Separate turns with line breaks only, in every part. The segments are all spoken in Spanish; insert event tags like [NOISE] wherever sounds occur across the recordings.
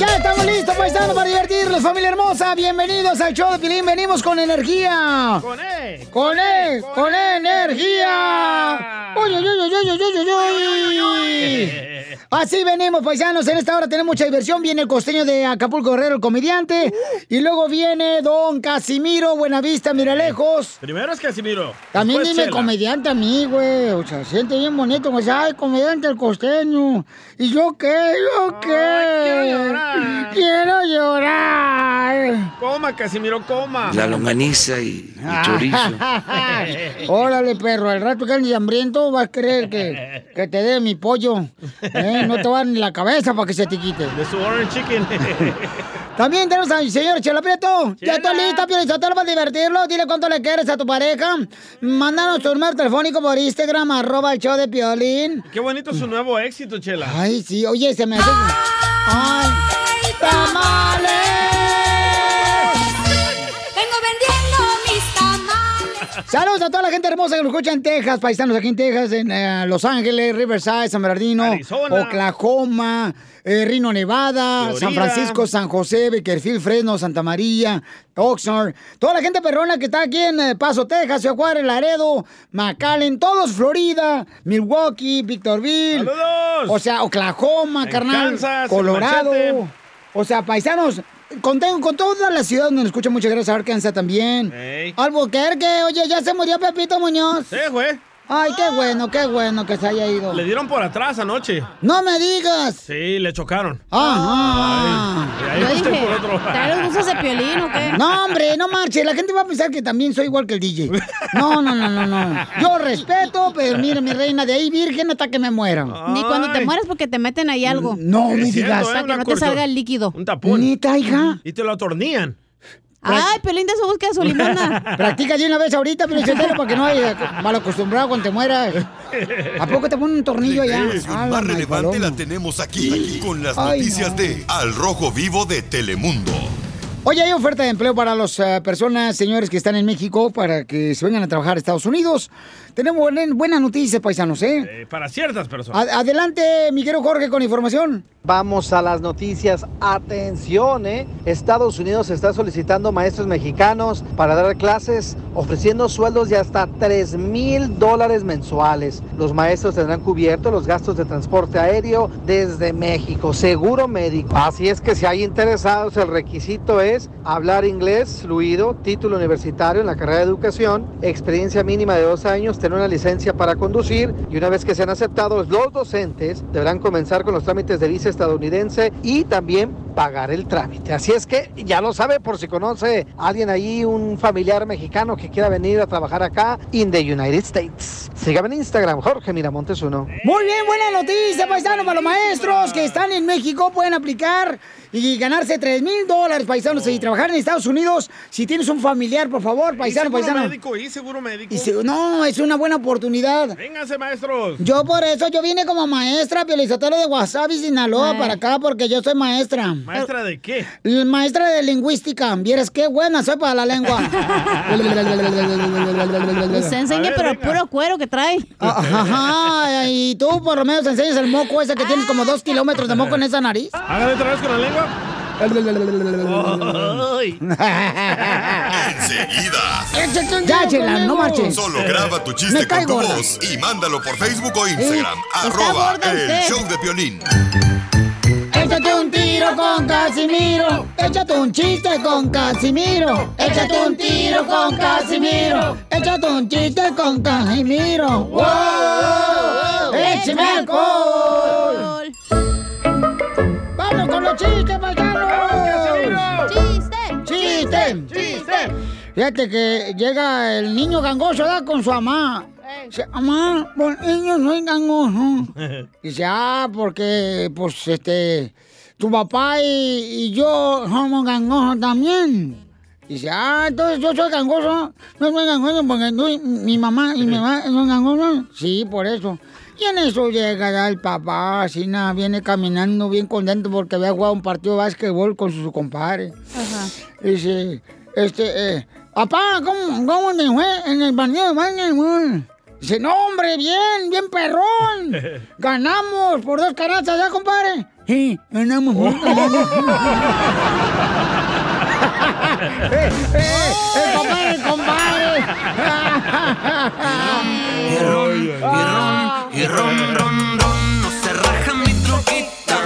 Ya estamos listos, paisanos, para divertirles, familia hermosa. Bienvenidos al show de Pilín. Venimos con energía. Con E. Con E. Con, energía. Uy, uy, uy, uy, uy, uy, uy, uy, uy. [LAUGHS] Así venimos, paisanos. En esta hora tenemos mucha diversión. Viene el costeño de Acapulco Guerrero, el comediante. Y luego viene don Casimiro Buenavista, mira lejos.
Primero es Casimiro.
También
después
dime
Chela.
comediante a mí, güey. O sea, siente bien bonito. O sea, ay, comediante el costeño. ¿Y yo qué? ¿Yo qué? quiero llorar. Quiero llorar.
Coma, Casimiro, coma.
La longaniza y, y chorizo.
Órale, perro. Al rato que andes hambriento vas a creer que, que te dé mi pollo. ¿eh? No te va ni la cabeza para que se te quite.
De su orange chicken. [LAUGHS]
También tenemos al señor Chela Prieto. Ya está lista, Pielizotelo, para divertirlo. Dile cuánto le quieres a tu pareja. Mándanos tu número telefónico por Instagram, arroba el show de Piolín.
Qué bonito su nuevo éxito, Chela.
Ay, sí, oye, se me hace. ¡Ay! ¡Tamales!
Vengo vendiendo mis tamales.
Saludos a toda la gente hermosa que nos escucha en Texas, paisanos aquí en Texas, en eh, Los Ángeles, Riverside, San Bernardino,
Arizona.
Oklahoma, eh, Reno, Nevada,
Florida.
San Francisco, San José, Bakersfield, Fresno, Santa María, Oxnard. Toda la gente perrona que está aquí en eh, Paso, Texas, Ciudad Juárez, Laredo, McAllen, todos Florida, Milwaukee, Victorville.
¡Saludos!
O sea, Oklahoma,
En
carnal,
Kansas, en
Colorado.
Machete.
O sea, paisanos, contengo con toda la ciudad donde nos escucha. Muchas gracias, Arkansas también.
Ey.
Albuquerque, oye, ya se murió Pepito Muñoz.
Sí, güey.
Ay, qué bueno, qué bueno que se haya ido.
Le dieron por atrás anoche.
No me digas.
Sí, le chocaron.
Ajá.
Y ahí
Yo
usted
dije,
por otro.
¿trae los gustos de piolín o qué?
No, hombre, no marches. La gente va a pensar que también soy igual que el DJ. No, no, no, no, no. Yo respeto, pero mira, mi reina, de ahí virgen hasta que me muera.
Ni cuando te
Ay,
mueras porque te meten ahí algo.
No
Es
me
cierto,
digas.
¿eh?
Para que
una
no te
corcho-
salga el líquido.
Un [LAUGHS] tapón.
Neta, hija.
Y te lo atornillan.
Ay, Piolín de su búsqueda su limona.
[LAUGHS] Practica de una vez ahorita, pero para que no haya mal acostumbrado cuando te mueras. ¿A poco te ponen un tornillo allá?
La información
Ala,
más
my
relevante
paloma.
la tenemos aquí, con las
Ay,
noticias
no.
de Al Rojo Vivo de Telemundo.
Oye, hay oferta de empleo para las eh, personas, señores, que están en México para que se vengan a trabajar a Estados Unidos. Tenemos buena- buenas noticias, paisanos, ¿eh?
Eh, para ciertas personas.
A- adelante, mi querido Jorge, con información.
Vamos a las noticias. Atención, ¿eh? Estados Unidos está solicitando maestros mexicanos para dar clases, ofreciendo sueldos de hasta 3 mil dólares mensuales. Los maestros tendrán cubiertos los gastos de transporte aéreo desde México, seguro médico. Así es que si hay interesados, el requisito es hablar inglés fluido, título universitario en la carrera de educación, experiencia mínima de dos años, tener una licencia para conducir y una vez que sean aceptados, los docentes deberán comenzar con los trámites de visa estadounidense y también pagar el trámite. Así es que ya lo sabe por si conoce a alguien ahí, un familiar mexicano que quiera venir a trabajar acá in the United States. Sígame en Instagram, Jorge Miramontes uno.
Muy bien, buena noticia, paisanos, para los maestros que están en México pueden aplicar y ganarse 3 mil dólares, paisanos, y trabajar en Estados Unidos. Si tienes un familiar, por favor,
Oh. y
paisano,
seguro
paisano.
médico, y seguro médico.
Y se- no, es una buena oportunidad.
Vénganse, maestros.
Yo por eso, yo vine como maestra, Piolizotelo de Wasabi, Sinaloa,
Ah.
Ay.
para acá, porque yo soy maestra.
¿Maestra de qué?
L- Maestra de lingüística, vieras qué buena soy para la lengua.
[LAUGHS] Usted enseña,
A ver,
pero
venga.
puro cuero que trae.
Ah, Ajá, y tú por lo menos enseñas el moco ese que tienes como dos kilómetros de moco en esa nariz. [LAUGHS]
Hágale otra vez con la lengua.
Enseguida.
Ya, chela, Ah, no marches.
Solo graba tu
Me
chiste
cae
con tu
gorda.
voz y mándalo por Facebook o Instagram.
está
arroba
gorda
el
usted.
show de violín.
Échate un tiro con Casimiro. Échate un chiste con Casimiro. Échate un tiro con Casimiro. Échate un chiste con Casimiro. ¡Wow! ¡Échame alcohol! ¡Vamos con los chistes, paisanos! ¡Chiste! ¡Chiste! ¡Chiste! Fíjate que llega el niño gangoso, ¿verdad? Con su mamá. Dice, Mamá, por niño no es gangoso. Dice, ah, porque, pues, este, tu papá y, y yo somos gangosos también. Dice, ah, entonces yo soy gangoso. No soy gangoso porque tú- mi mamá y mi mamá son gangosos. Sí, por eso. Y en eso llega ya el papá, así nada, viene caminando bien contento porque había jugado un partido de básquetbol con su compadre. [LAUGHS] Dice, este, eh, papá, ¿cómo, cómo te fue en el partido de básquetbol? Dice, no, hombre, bien, bien
[LAUGHS]
perrón. Ganamos por dos canastas, ¿ya, compadre? Sí, ganamos. por dos
[LAUGHS]
canastas. Eh, eh, eh, compadre, compadre.
Y ron, ron, ron, no se raja mi troquita.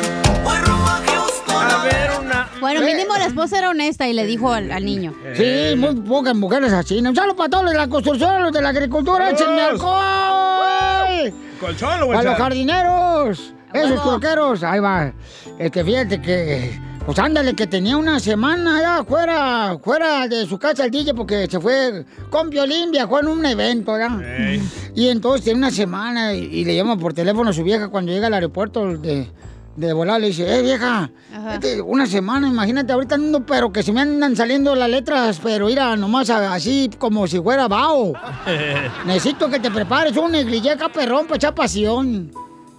A ver, una.
Bueno, mínimo la esposa era honesta y le dijo al, al niño.
Sí, muy pocas mujeres así. Un saludo para todos los de la construcción, los de la agricultura, échenme
Vamos.
alcohol.
Colchón, lo voy a
Para los
echar.
jardineros, esos
Bueno.
troqueros, ahí va. Este, fíjate que, pues ándale, que tenía una semana ya fuera, fuera de su casa el DJ porque se fue con violín, viajó en un evento, ¿verdad?
Ey.
Y entonces tiene una semana y, y le llama por teléfono a su vieja cuando llega al aeropuerto de, de volar, le dice, eh, vieja,
Ajá.
este,
[LAUGHS]
una semana, imagínate, ahorita ando, pero que se me andan saliendo las letras, pero mira, nomás a- así como si fuera vaho.
Eh.
Necesito que te prepares un negrilleca perrón para echar pasión.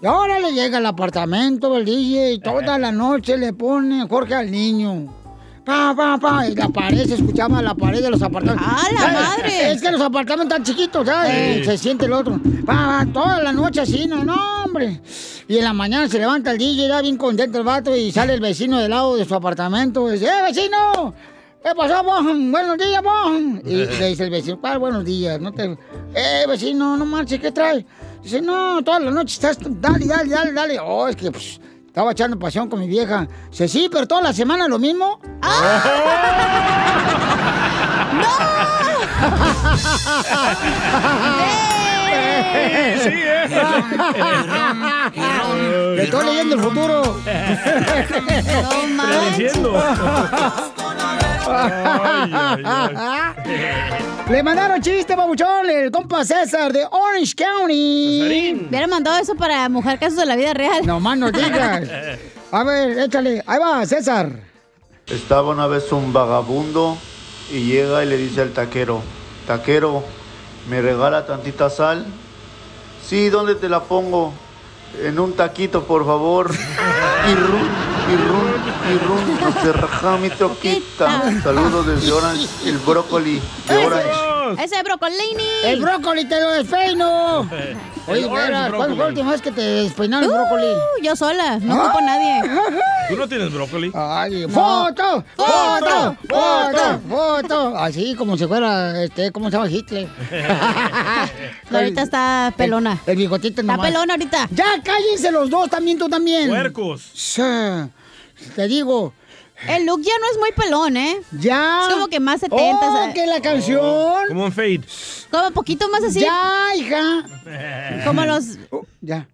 Y ahora le llega al apartamento el DJ y toda la noche le pone Jorge al niño. Pa, pa, pa. Y la pared se escuchaba la pared de los apartamentos.
¡Ah, la
¿Sabes?
madre!
Es que los apartamentos están chiquitos, ¿sabes?
Sí.
Y Se siente el otro. Pa, pa, toda la noche así, no, no, hombre. Y en la mañana se levanta el DJ, ya bien contento el vato, y sale el vecino del lado de su apartamento. Y dice, ¡eh, vecino! ¿Qué pasó, bon? Buenos días, bon. Y le dice el vecino, pa, buenos días. No te... Eh, vecino, no marches, ¿qué traes? Dice, no, toda la noche estás, dale, dale, dale, dale. Oh, es que, pues, estaba echando pasión con mi vieja. Dice, sí, pero toda la semana lo mismo.
Sí,
[LAUGHS]
eh.
Le estoy leyendo el futuro.
No manches.
[LAUGHS]
Prediciendo. Ay, ay, ay.
Le mandaron chiste, babuchón, el compa César de Orange County.
Sarín.
Hubiera mandado eso para mujer casos de la vida real.
No más nos digas.
[LAUGHS]
A ver, échale. Ahí va, César.
Estaba una vez un vagabundo y llega y le dice al taquero, taquero, ¿me regala tantita sal? Sí, ¿dónde te la pongo? En un taquito,
[LAUGHS]
por favor. Y run, y run, y run, no se raja mi troquita. Saludos desde Orange, el brócoli de Orange.
Ese brocolini.
El brócoli te lo despeino. Oye,
El orange
espera, ¿cuándo fue la
brócoli.
última vez que te despeinaron el brócoli? Ah.
Uh, yo sola, no ocupo a nadie.
¿Tú no tienes brócoli?
Ay, foto, foto,
Foto,
foto, foto. Así como si fuera, este, ¿cómo se llama Hitler?
Ahorita está pelona.
El, el bigotito
Está
nomás.
pelona ahorita.
Ya cállense los dos, también tú también. [LAUGHS]
Puercos.
Sí, Te digo,
El look ya no es muy pelón, ¿eh?
ya.
Es como que más 70,
Oh,
¿sabes?
que la canción.
Como un fade.
Como poquito más así.
Ya, hija.
Como los.
Oh, ya.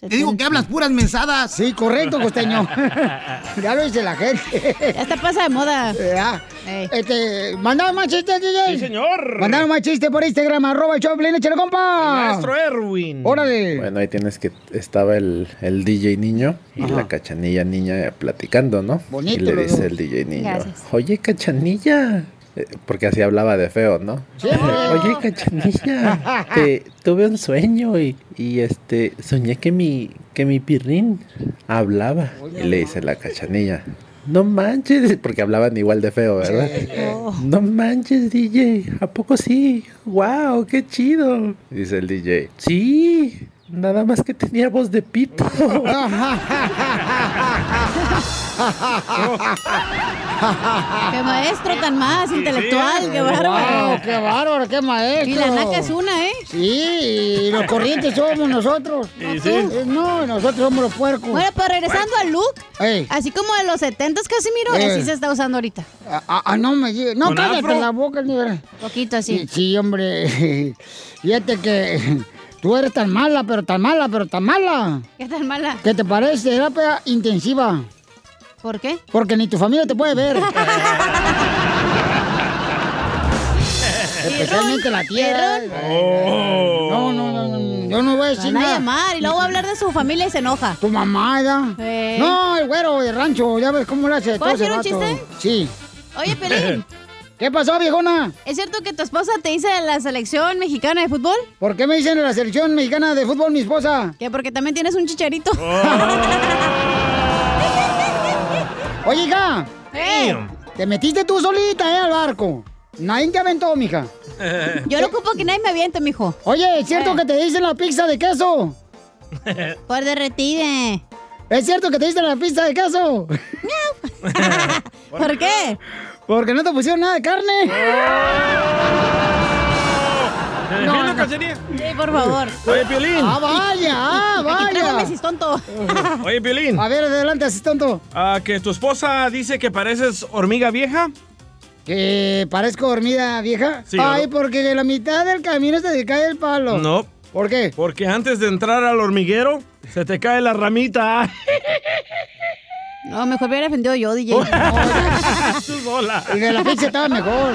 Te digo que hablas puras mensadas.
Sí, correcto,
[LAUGHS]
costeño. [LAUGHS] ya lo dice la gente.
Ya está pasa de moda.
Ya.
Ey.
Este, mandaron más chistes, DJ.
Sí, señor.
Mandaron más chistes por Instagram, arroba el Choplin, échale, compa.
Maestro Erwin.
Órale.
Bueno, ahí tienes que estaba el, el DJ niño y
Ajá.
la cachanilla niña platicando, ¿no?
Bonito
y le
los
dice
dos.
el DJ niño,
Gracias.
oye cachanilla, Eh, porque así hablaba de feo, ¿no? Oye
[LAUGHS]
cachanilla, eh, tuve un sueño y, y, este soñé que mi que mi pirrín hablaba y le dice la cachanilla. No manches, porque hablaban igual de feo, ¿verdad? No manches, DJ, ¿a poco sí? ¡Wow, qué chido! Dice el DJ. Sí,
[LAUGHS]
nada más que tenía voz de pito.
[LAUGHS]
Qué maestro tan más intelectual, qué bárbaro.
Wow, qué bárbaro, qué maestro.
Y la naca es una, ¿eh?
Sí, y los corrientes somos nosotros.
Sí,
No,
sí.
tú. No, nosotros somos los puercos. [LAUGHS]
Bueno, pero regresando al look,
Ey.
así como de los 70s, Casimiro,
Eh.
así se está usando ahorita.
Ah, ah, no me digas. No,
¿Con
cállate
afro?
la boca, nivel.
Poquito
Sí,
así.
sí, hombre. Fíjate que tú eres tan mala, pero tan mala, pero tan mala.
¿Qué tan mala?
¿Qué te parece? Terapia intensiva.
¿Por qué?
Porque ni tu familia te
[LAUGHS]
puede ver. Especialmente la tierra. No, no, no, no. [LAUGHS] Yo no voy a decir
Van a
nada.
llamar y luego va a hablar de su familia y se enoja.
Tu mamá, ¿ya?
Eh.
No, el güero de rancho, ya ves cómo le hace.
¿Puedo
todo ese
hacer un
vato.
chiste?
Sí.
Oye, Pelín.
[LAUGHS] ¿Qué pasó, viejona?
¿Es cierto que tu esposa te dice de la selección mexicana de fútbol?
¿Por qué me dicen de la selección mexicana de fútbol mi esposa?
Que porque también tienes un chicharito.
Oye, hija.
Eh.
Te metiste tú solita, ¿eh? Al barco. Nadie te aventó, mija.
Yo no ocupo que nadie me aviente, mijo. Eh.
Oye, ¿es cierto que te dicen la pizza de queso?
Eh.
Por derretida.
¿Es cierto que te dicen la pizza de queso? [LAUGHS]
¿Por qué? Ah,
Porque no te pusieron nada de carne.
¿Te defiendo, Cacería?
Sí, por favor.
[LAUGHS] Oye, Piolín.
Ah, vaya,
[LAUGHS]
ah,
Aquí trágame,
vaya.
si es tonto.
Oye, Piolín.
A ver, adelante, así tonto.
Ah, que tu esposa dice que pareces hormiga vieja.
¿Que parezco dormida, vieja?
Sí,
Ay,
¿no?
porque de la mitad del camino se te cae el palo.
No.
¿Por qué?
Porque antes de entrar al hormiguero, se te cae la
[LAUGHS]
ramita.
No, mejor hubiera defendido yo, DJ.
[LAUGHS]
Tú sola.
El de la
[LAUGHS]
pizza estaba
[LAUGHS]
mejor.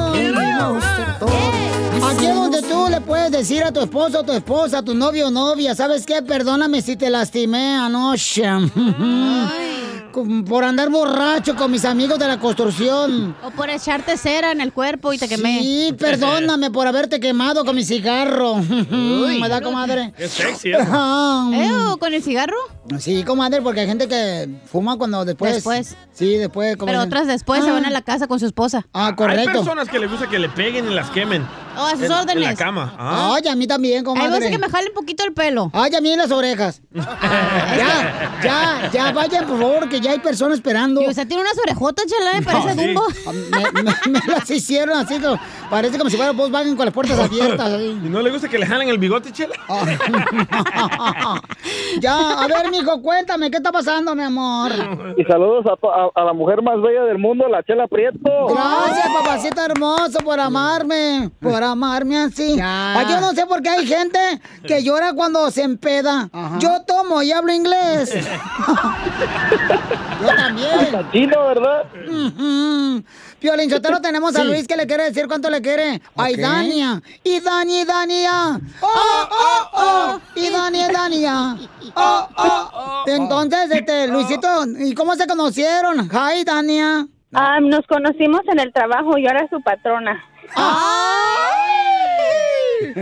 Aquí es donde tú le puedes decir a tu esposo, a tu esposa, a tu novio o novia, ¿sabes qué? Perdóname si te lastimé anoche. Con- Por andar borracho con mis amigos de la construcción.
O por echarte cera en el cuerpo y te quemé.
Sí, perdóname por haberte quemado con mi cigarro. Me da comadre.
Qué sexy, ¿eh?
Ah,
¿Con el cigarro?
Sí, comadre, porque hay gente que fuma cuando después.
Después.
Sí, después. como
Pero
dicen.
otras después se van a la casa con su esposa.
Ah,
Hay personas que les gusta que le peguen y las quemen.
Oh, a sus
En-
órdenes.
En la cama. Ah.
Ay, a mí también, comadre.
Hay veces que me jalen poquito el pelo.
Ay, a mí en las orejas. ya, ya, ya, vayan, por favor, que ya hay personas esperando.
Y usted tiene unas orejotas, chela, ¿eh? parece
No, sí.
Dumbo.
Me, me- me las hicieron así, como- parece como si fuera Volkswagen con las puertas abiertas.
[LAUGHS]
así.
¿Y no le gusta que le jalen el bigote, chela?
Ah, Ya, a ver, mijo, cuéntame, ¿qué está pasando, mi amor?
Y saludos a, to- a- a la mujer más bella del mundo, la Chela Prieto.
Gracias, papacito hermoso, por amarme, por amarme así. Ay, yo no sé por qué hay gente que llora cuando se empeda. Yo tomo y hablo [LAUGHS] inglés. yo también.
Chino, ¿verdad?
Ujú. Piolín Sotelo, tenemos a
Sí.
Luis que le quiere decir cuánto le quiere. Ay, Dania. Y Dani, Dania. Oh, oh, oh. Y Dani, Dania. [LAUGHS] Oh, oh. Entonces, este, Luisito, ¿y cómo se conocieron? Hi, Dania.
Ah, nos conocimos en el trabajo, yo era su
[LAUGHS]
patrona.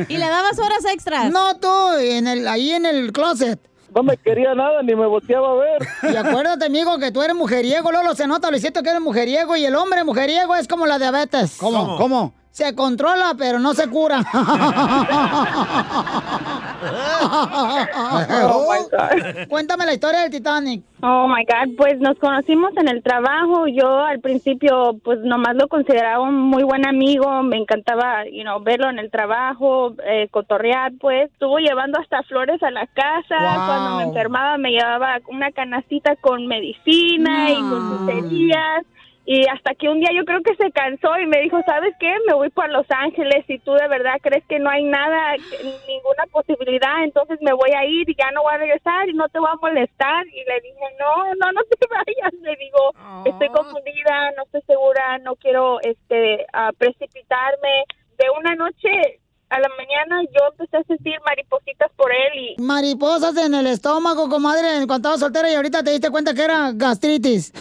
Y le dabas horas extras.
No, tú, en el, ahí en el closet.
No me quería nada, ni me volteaba a ver.
Y acuérdate, amigo, que tú eres mujeriego, Lolo, se nota, Luisito, que eres mujeriego y el hombre mujeriego es como la diabetes.
¿Cómo?
¿Cómo? Se controla, pero no se cura.
Oh, my God.
Cuéntame la historia del Titanic.
Oh my God, pues nos conocimos en el trabajo. Yo al principio, pues nomás lo consideraba un muy buen amigo. Me encantaba, you know, verlo en el trabajo, eh, cotorrear, pues. Estuvo llevando hasta flores a la casa.
Wow.
Cuando me enfermaba, me llevaba una canastita con medicina y con tonterías. Y hasta que un día yo creo que se cansó y me dijo, ¿sabes qué? Me voy para Los Ángeles y tú de verdad crees que no hay nada, que- ninguna posibilidad, entonces me voy a ir y ya no voy a regresar y no te voy a molestar. Y le dije, no, no, no te [LAUGHS] vayas. Le digo, estoy confundida, no estoy segura, no quiero este, ah, precipitarme. De una noche a la mañana yo empecé a sentir maripositas por él y
Mariposas en el estómago, comadre, cuando estaba soltera y ahorita te diste cuenta que era gastritis.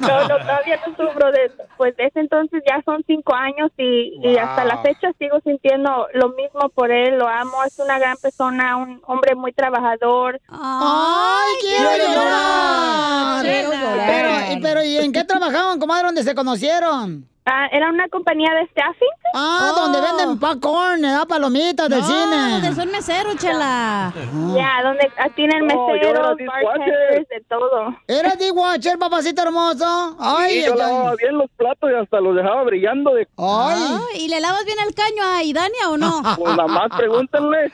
no, no, todavía no sufro de eso. Pues desde entonces ya son cinco años y, y
Wow.
hasta la fecha sigo sintiendo lo mismo por él, lo amo, es una gran persona, un hombre muy trabajador.
¡Ay, quiero
Quiero Ah, llorar.
llorar!
Quiero llorar.
Ah, Pero, y- pero, ¿y en qué trabajaban, comadre, donde se conocieron?
Ah, era una compañía de staffing. Oh.
Ah, donde venden popcorn, ¿eh? palomitas del cine.
donde son meseros, chela.
Ya, donde tienen
Oh,
No, yo era
meseros,
dishwasher.
bartenders, de todo.
¿Eras de watcher, papacito hermoso? Ay,
Sí, yo lavaba bien los platos y hasta los dejaba brillando de...
Ay.
¿Y le lavas bien el caño a Idania o no?
[LAUGHS] Pues nada más pregúntenle.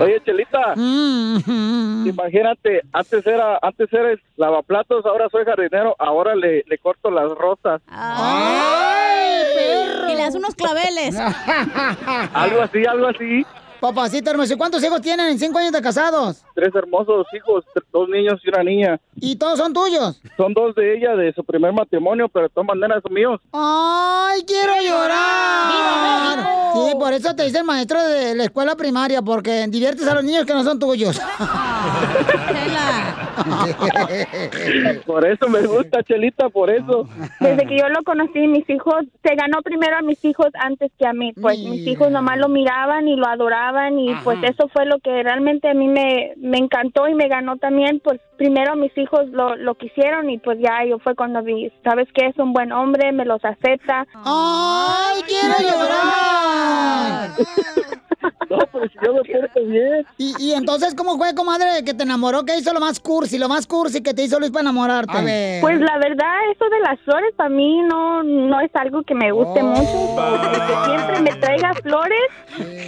Oye, Chelita,
Mm.
imagínate, antes era, antes eres lavaplatos, ahora soy jardinero, ahora le, le corto las rosas.
Ah.
¡Ay, perro! Y le das
[LAUGHS]
unos claveles.
Algo así, algo así.
Papacito hermoso, ¿y cuántos hijos tienen en cinco años de casados?
Tres hermosos hijos, tre- dos niños y una niña.
¿Y todos son tuyos?
Son dos de ella de su primer matrimonio, pero de todas maneras son míos.
¡Ay, quiero llorar! Sí, por eso te dice maestro de la escuela primaria, porque diviertes a los niños que no son tuyos.
[LAUGHS] Por eso me gusta, Chelita, por eso.
Desde que yo lo conocí, mis hijos, se ganó primero a mis hijos antes que a mí. Pues mis hijos nomás lo miraban y lo adoraban y pues eso fue lo que realmente a mí me, me encantó y me ganó también. Pues primero mis hijos lo, lo quisieron y pues ya yo fue cuando vi, sabes que es un buen hombre, me los acepta.
¡Ay, quiero llorar!
No, pero si Pues, yo me porto bien.
¿Y, y entonces cómo fue, comadre, que te enamoró? ¿Qué hizo lo más cursi, lo más cursi que te hizo Luis para enamorarte?
Pues la verdad, eso de las flores para mí no, no es algo que me
Oh,
guste mucho. porque [LAUGHS] que siempre me traiga flores.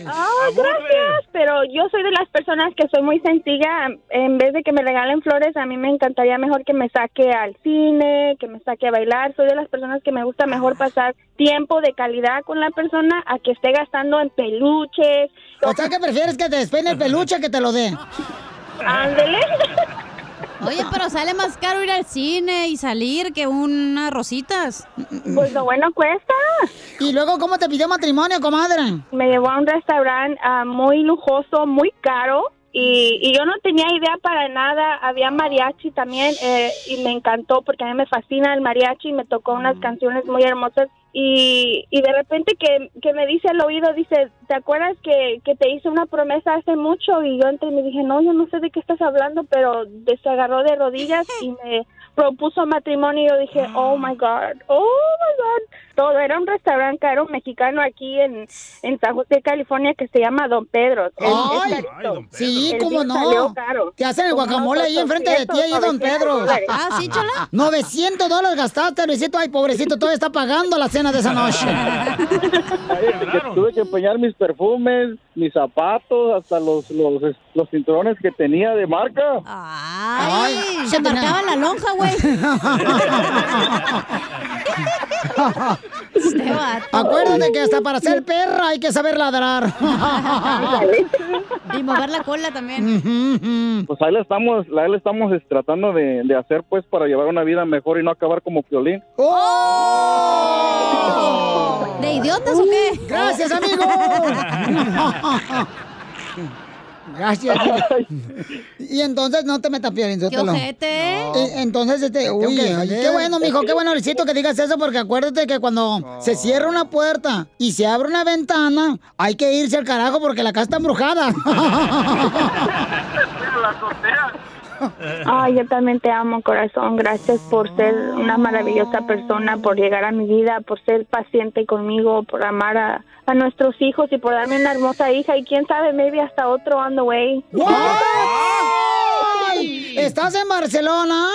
Oh, gracias. Pero yo soy de las personas que soy muy sencilla. En vez de que me regalen flores, a mí me encantaría mejor que me saque al cine, que me saque a bailar. Soy de las personas que me gusta
Ah.
mejor pasar tiempo de calidad con la persona a que esté gastando en peluches.
O sea, que prefieres que te despeine el peluche que te lo dé.
Ándele.
Oye, pero sale más caro ir al cine y salir que unas rositas.
Pues lo bueno cuesta.
¿Y luego cómo te pidió matrimonio, comadre?
Me llevó a un restaurante ah, muy lujoso, muy caro. Y, y yo no tenía idea para nada. Había mariachi también eh, y me encantó porque a mí me fascina el mariachi y me tocó unas canciones muy hermosas. Y, y de repente que, que me dice al oído, dice, ¿te acuerdas que, que te hice una promesa hace mucho? Y yo entré y me dije, no, yo no sé de qué estás hablando, pero de- se agarró de rodillas y me propuso matrimonio y yo dije, oh my God, oh my God. Todo era un restaurante caro mexicano aquí en, en San José, California, que se llama Don Pedro. El-
¡Ay!
el carito.
Sí,
El
cómo
bill salió
no.
caro.
Te hacen el
Como
guacamole ahí
unos
enfrente de ti, ahí es Don
800
Pedro. [LAUGHS] Ah,
dólares. [LAUGHS]
900 dólares gastaste, Luisito. Ay, pobrecito, todavía está pagando la cena de esa noche.
Que tuve que empeñar mis perfumes, mis zapatos, hasta los, los, los cinturones que tenía de marca.
Ay, se marcaba la lonja, güey.
[LAUGHS]
Este
Acuérdate que hasta para ser perra hay que saber ladrar.
y mover la cola también.
Pues ahí le estamos, ahí le estamos es, tratando de, de hacer pues para llevar una vida mejor y no acabar como Piolín.
Oh.
Oh. ¿De idiotas o qué?
Gracias,
[LAUGHS]
amigo. [LAUGHS] Gracias. Y entonces no te metas Piolín, Sotelo.
¡Qué ojete!
E- Entonces, este, uy,
que
ay,
salir.
qué bueno, mijo, qué bueno, Luisito, que digas eso, porque acuérdate que cuando se cierra una puerta y se abre una ventana, hay que irse al carajo porque la casa
[LAUGHS]
está embrujada.
Ay, yo también te amo, corazón. Gracias por ser una maravillosa persona, por llegar a mi vida, por ser paciente conmigo, por amar a, a nuestros hijos y por darme una hermosa hija. Y quién sabe, maybe hasta otro on the way.
Ay, ¿Estás en Barcelona?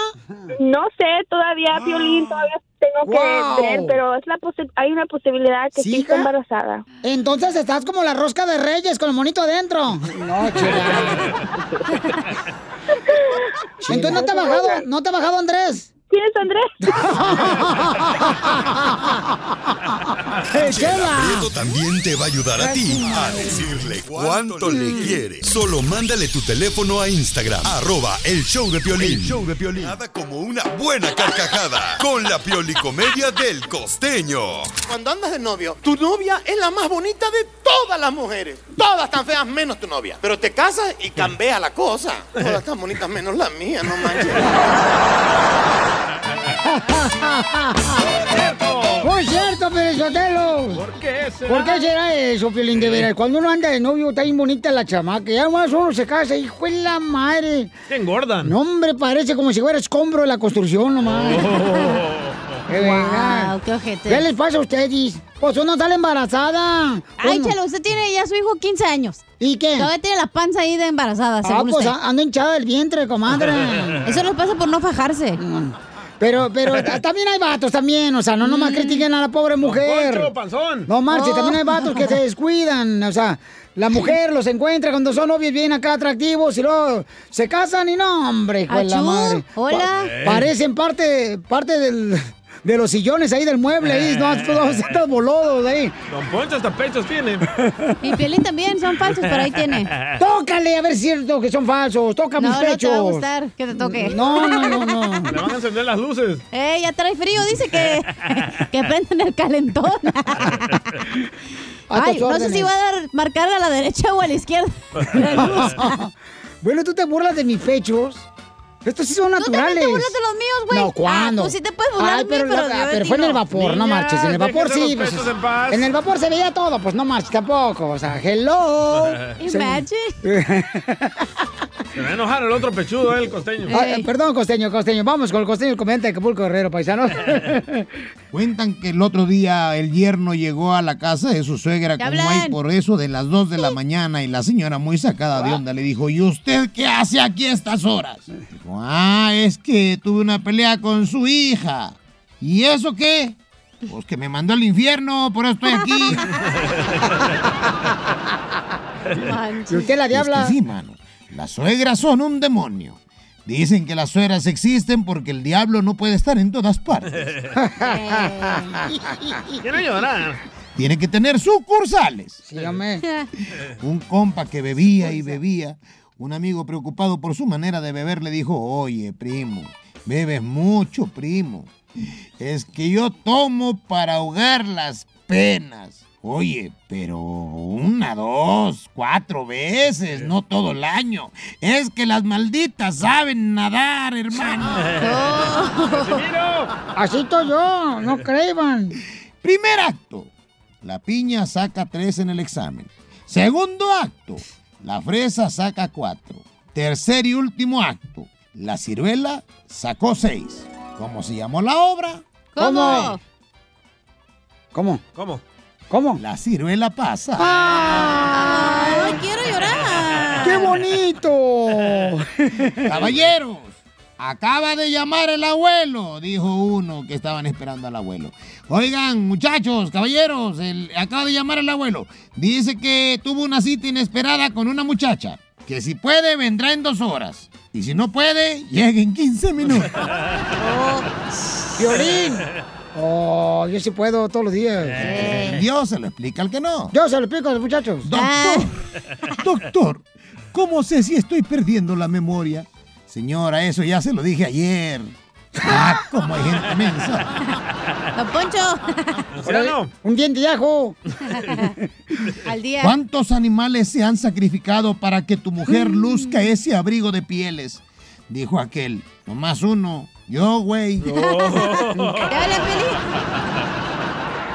No sé, todavía, Violín, Ah, todavía tengo
Wow.
que ver, pero es la posi- hay una posibilidad que sí,
¿Sí,
esté
hija?
embarazada.
Entonces estás como la rosca de Reyes con el monito adentro. No, [LAUGHS] Entonces no te ha bajado, no te ha [LAUGHS] bajado Andrés.
¿Quién es Andrés?
Chela Prieto también te va a ayudar a ti a decirle cuánto le quiere. Solo mándale tu teléfono a Instagram, arroba el show de Piolín.
El
Nada como una buena carcajada con la piolicomedia del costeño.
Cuando andas de novio, tu novia es la más bonita de todas las mujeres. Todas tan feas menos tu novia. Pero te casas y cambias la cosa. Todas tan bonitas menos la mía, no manches.
[LAUGHS] Muy cierto, Pelizotelo. ¿Por
qué será?
¿Por qué será eso, Piolín de veras? Cuando uno anda de novio, está bien bonita la chamaca. Ya más uno se casa, hijo de la madre.
Se engordan.
No, hombre, parece como si fuera escombro de la construcción nomás.
Oh.
[LAUGHS] Eh, Qué
Wow,
venga.
qué Ah, ojete.
¿Qué les pasa a ustedes? Pues uno sale embarazada.
Ay,
Uno-
Chelo, usted tiene ya su hijo 15 años.
¿Y qué?
Todavía tiene la panza ahí de embarazada,
Ah,
según
pues
usted.
a- ando hinchada del vientre, comadre.
[LAUGHS] Eso nos pasa por no fajarse.
Pero, pero ta- también hay vatos también, o sea, no nomás critiquen a la pobre mujer.
Mm. Poncho, panzón.
No marche,
Oh.
también hay vatos
[LAUGHS]
que se descuidan, o sea, la mujer los encuentra cuando son novios bien acá atractivos y luego se casan y no, hombre, hijo de la
Achú,
madre.
hola.
Pa- parecen parte, parte del, de los sillones ahí del mueble, ahí,
Eh.
no, todos estos bolodos ahí.
[LAUGHS] Don Poncho hasta pechos tiene.
[LAUGHS]
Y Piolín también, son falsos, pero ahí tiene.
Tócale, a ver si es cierto que son falsos, toca mis
No, no te va a
pechos.
gustar que te toque.
No, no, no,
[LAUGHS]
no.
Le van a encender las luces.
Eh, ya trae frío,
[LAUGHS]
dice que, que prenden el calentón.
A tus
Ay, no sé
órdenes.
si va a dar, marcar a la derecha o a la izquierda.
[LAUGHS] bueno, tú te burlas de mis pechos. Estos sí son
Tú también
naturales.
te burlas de los míos, güey.
No, ¿cuándo?
Ah, pues sí te puedes burlar
Ay,
de mí,
pero, la-
pero yo de
pero
ti
fue en el
no.
vapor, no
Niñas,
marches. En el vapor
déjense
sí.
los
pues,
pechos
en paz.
el vapor se veía todo, pues no marches tampoco. O sea,
[LAUGHS]
hello.
Imagine.
Se va a enojar el otro pechudo, eh, el costeño.
[LAUGHS] Ah, eh, perdón, costeño, costeño. Vamos con el costeño, el comediante de Acapulco Guerrero, paisano.
[LAUGHS] Cuentan que el otro día el yerno llegó a la casa de su suegra
¿Qué
como
hablan?
hay por eso de las 2 de la mañana y la señora muy sacada de onda le dijo, ¿y usted qué hace aquí a estas horas? Dijo, ah, es que tuve una pelea con su hija. ¿Y eso qué? Pues que me mandó al infierno, por eso estoy
[LAUGHS]
aquí.
¿Y usted la diabla?
Es
[LAUGHS]
que sí, mano. Las suegras son un demonio. Dicen que las suegras existen porque el diablo no puede estar en todas partes.
Quiero llorar.
Tiene que tener sucursales.
Dígame.
[LAUGHS] Un compa que bebía y bebía, un amigo preocupado por su manera de beber le dijo, oye, primo, bebes mucho, primo. Es que yo tomo para ahogar las penas. Oye, pero una, dos, cuatro veces, no todo el año. Es que las malditas saben nadar, hermano.
Así estoy yo, no crean.
Primer acto, la piña saca tres en el examen. Segundo acto, la fresa saca cuatro. Tercer y último acto, la ciruela sacó seis. ¿Cómo se llamó la obra?
¿Cómo?
¿Cómo?
¿Cómo?
¿Cómo?
La ciruela pasa.
Ay, quiero llorar.
¡Qué bonito!
Caballeros, acaba de llamar el abuelo, dijo uno que estaban esperando al abuelo. Oigan, muchachos, caballeros, el- acaba de llamar el abuelo. Dice que tuvo una cita inesperada con una muchacha, que si puede vendrá en dos horas. Y si no puede, llega en 15 minutos.
Oh. Violín. Oh, yo sí puedo todos los días.
Eh. Dios se lo explica al que no.
Yo se lo explico a los muchachos. Ah.
Doctor, doctor, ¿cómo sé si estoy perdiendo la memoria? Señora, eso ya se lo dije ayer. Ah, como hay gente mensa.
Don Poncho.
Órale, Un diente de ajo.
Al día.
¿Cuántos animales se han sacrificado para que tu
Mm.
mujer luzca ese abrigo de pieles? Dijo aquel. Nomás uno. Yo, güey. [LAUGHS]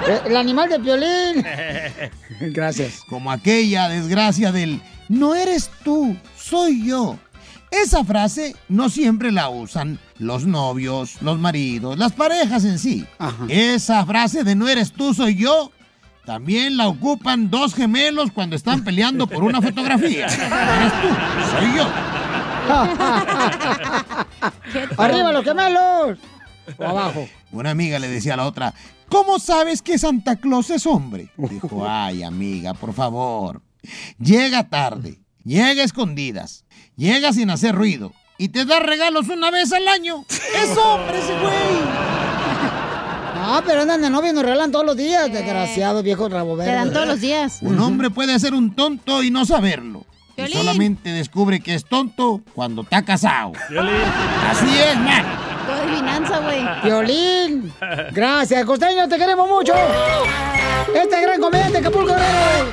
Eh, El animal de
[LAUGHS]
violín. [LAUGHS] Gracias.
Como aquella desgracia del no eres tú, soy yo. Esa frase no siempre la usan los novios, los maridos, las parejas en sí. Esa frase de no eres tú, soy yo también la ocupan dos gemelos cuando están peleando por una
[LAUGHS]
fotografía. No eres tú, soy yo.
¡Arriba los gemelos! [LAUGHS] O abajo.
Una amiga le decía a la otra, ¿cómo sabes que Santa Claus es hombre? Dijo, ay amiga, por favor. Llega tarde, llega a escondidas, llega sin hacer ruido y te da regalos una vez al año. Es hombre ese güey.
No, Ah, pero andan de novio y nos regalan todos los días, desgraciados viejos rabo verde.
Eh. Te dan todos los días.
Un hombre puede ser un tonto y no saberlo. Y
Piolín.
solamente descubre que es tonto cuando está casado. Así es, man.
Tu adivinanza, güey.
Violín. Gracias, costeño, te queremos mucho. Este gran comediante, Acapulco Guerrero.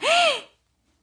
[GASPS]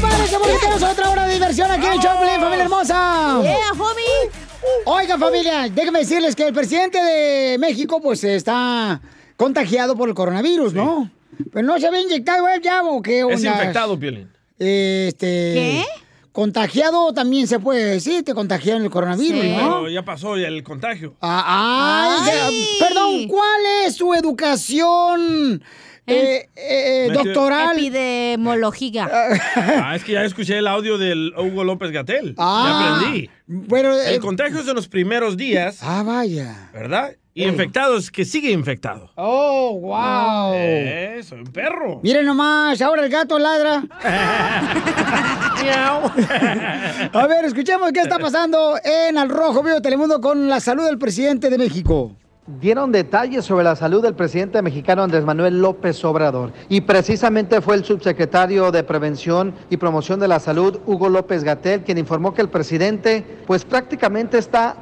¡Prepárense porque tenemos otra hora de diversión aquí en el Choplin, familia hermosa!
Yeah, homie.
Oigan, familia, déjenme decirles que el presidente de México, pues, está contagiado por el coronavirus, ¿no? Pero no se había inyectado él ya, ¿o qué
Es
ondas?
infectado, Piolín.
Este...
¿Qué?
Contagiado también se puede decir, te contagiaron el coronavirus, ¿no?
Pero ya pasó ya el contagio.
Ah, ay,
Ay.
ya- perdón, ¿cuál es su educación eh, eh,
Metió-
doctoral?
Ah, es que ya escuché el audio del Hugo López Gatel.
Ah,
ya aprendí.
Bueno, eh,
el contagio es de los primeros días.
Ah, vaya.
¿Verdad? Y infectado es que sigue infectado.
Oh, wow.
Eh, soy un perro.
Miren nomás, ahora el gato ladra.
[LAUGHS]
Miau. A ver, escuchemos qué está pasando en Al Rojo Vivo de Telemundo con la salud del presidente de México.
dieron detalles sobre la salud del presidente mexicano Andrés Manuel López Obrador. Y precisamente fue el subsecretario de Prevención y Promoción de la Salud, Hugo López Gatel, quien informó que el presidente pues prácticamente está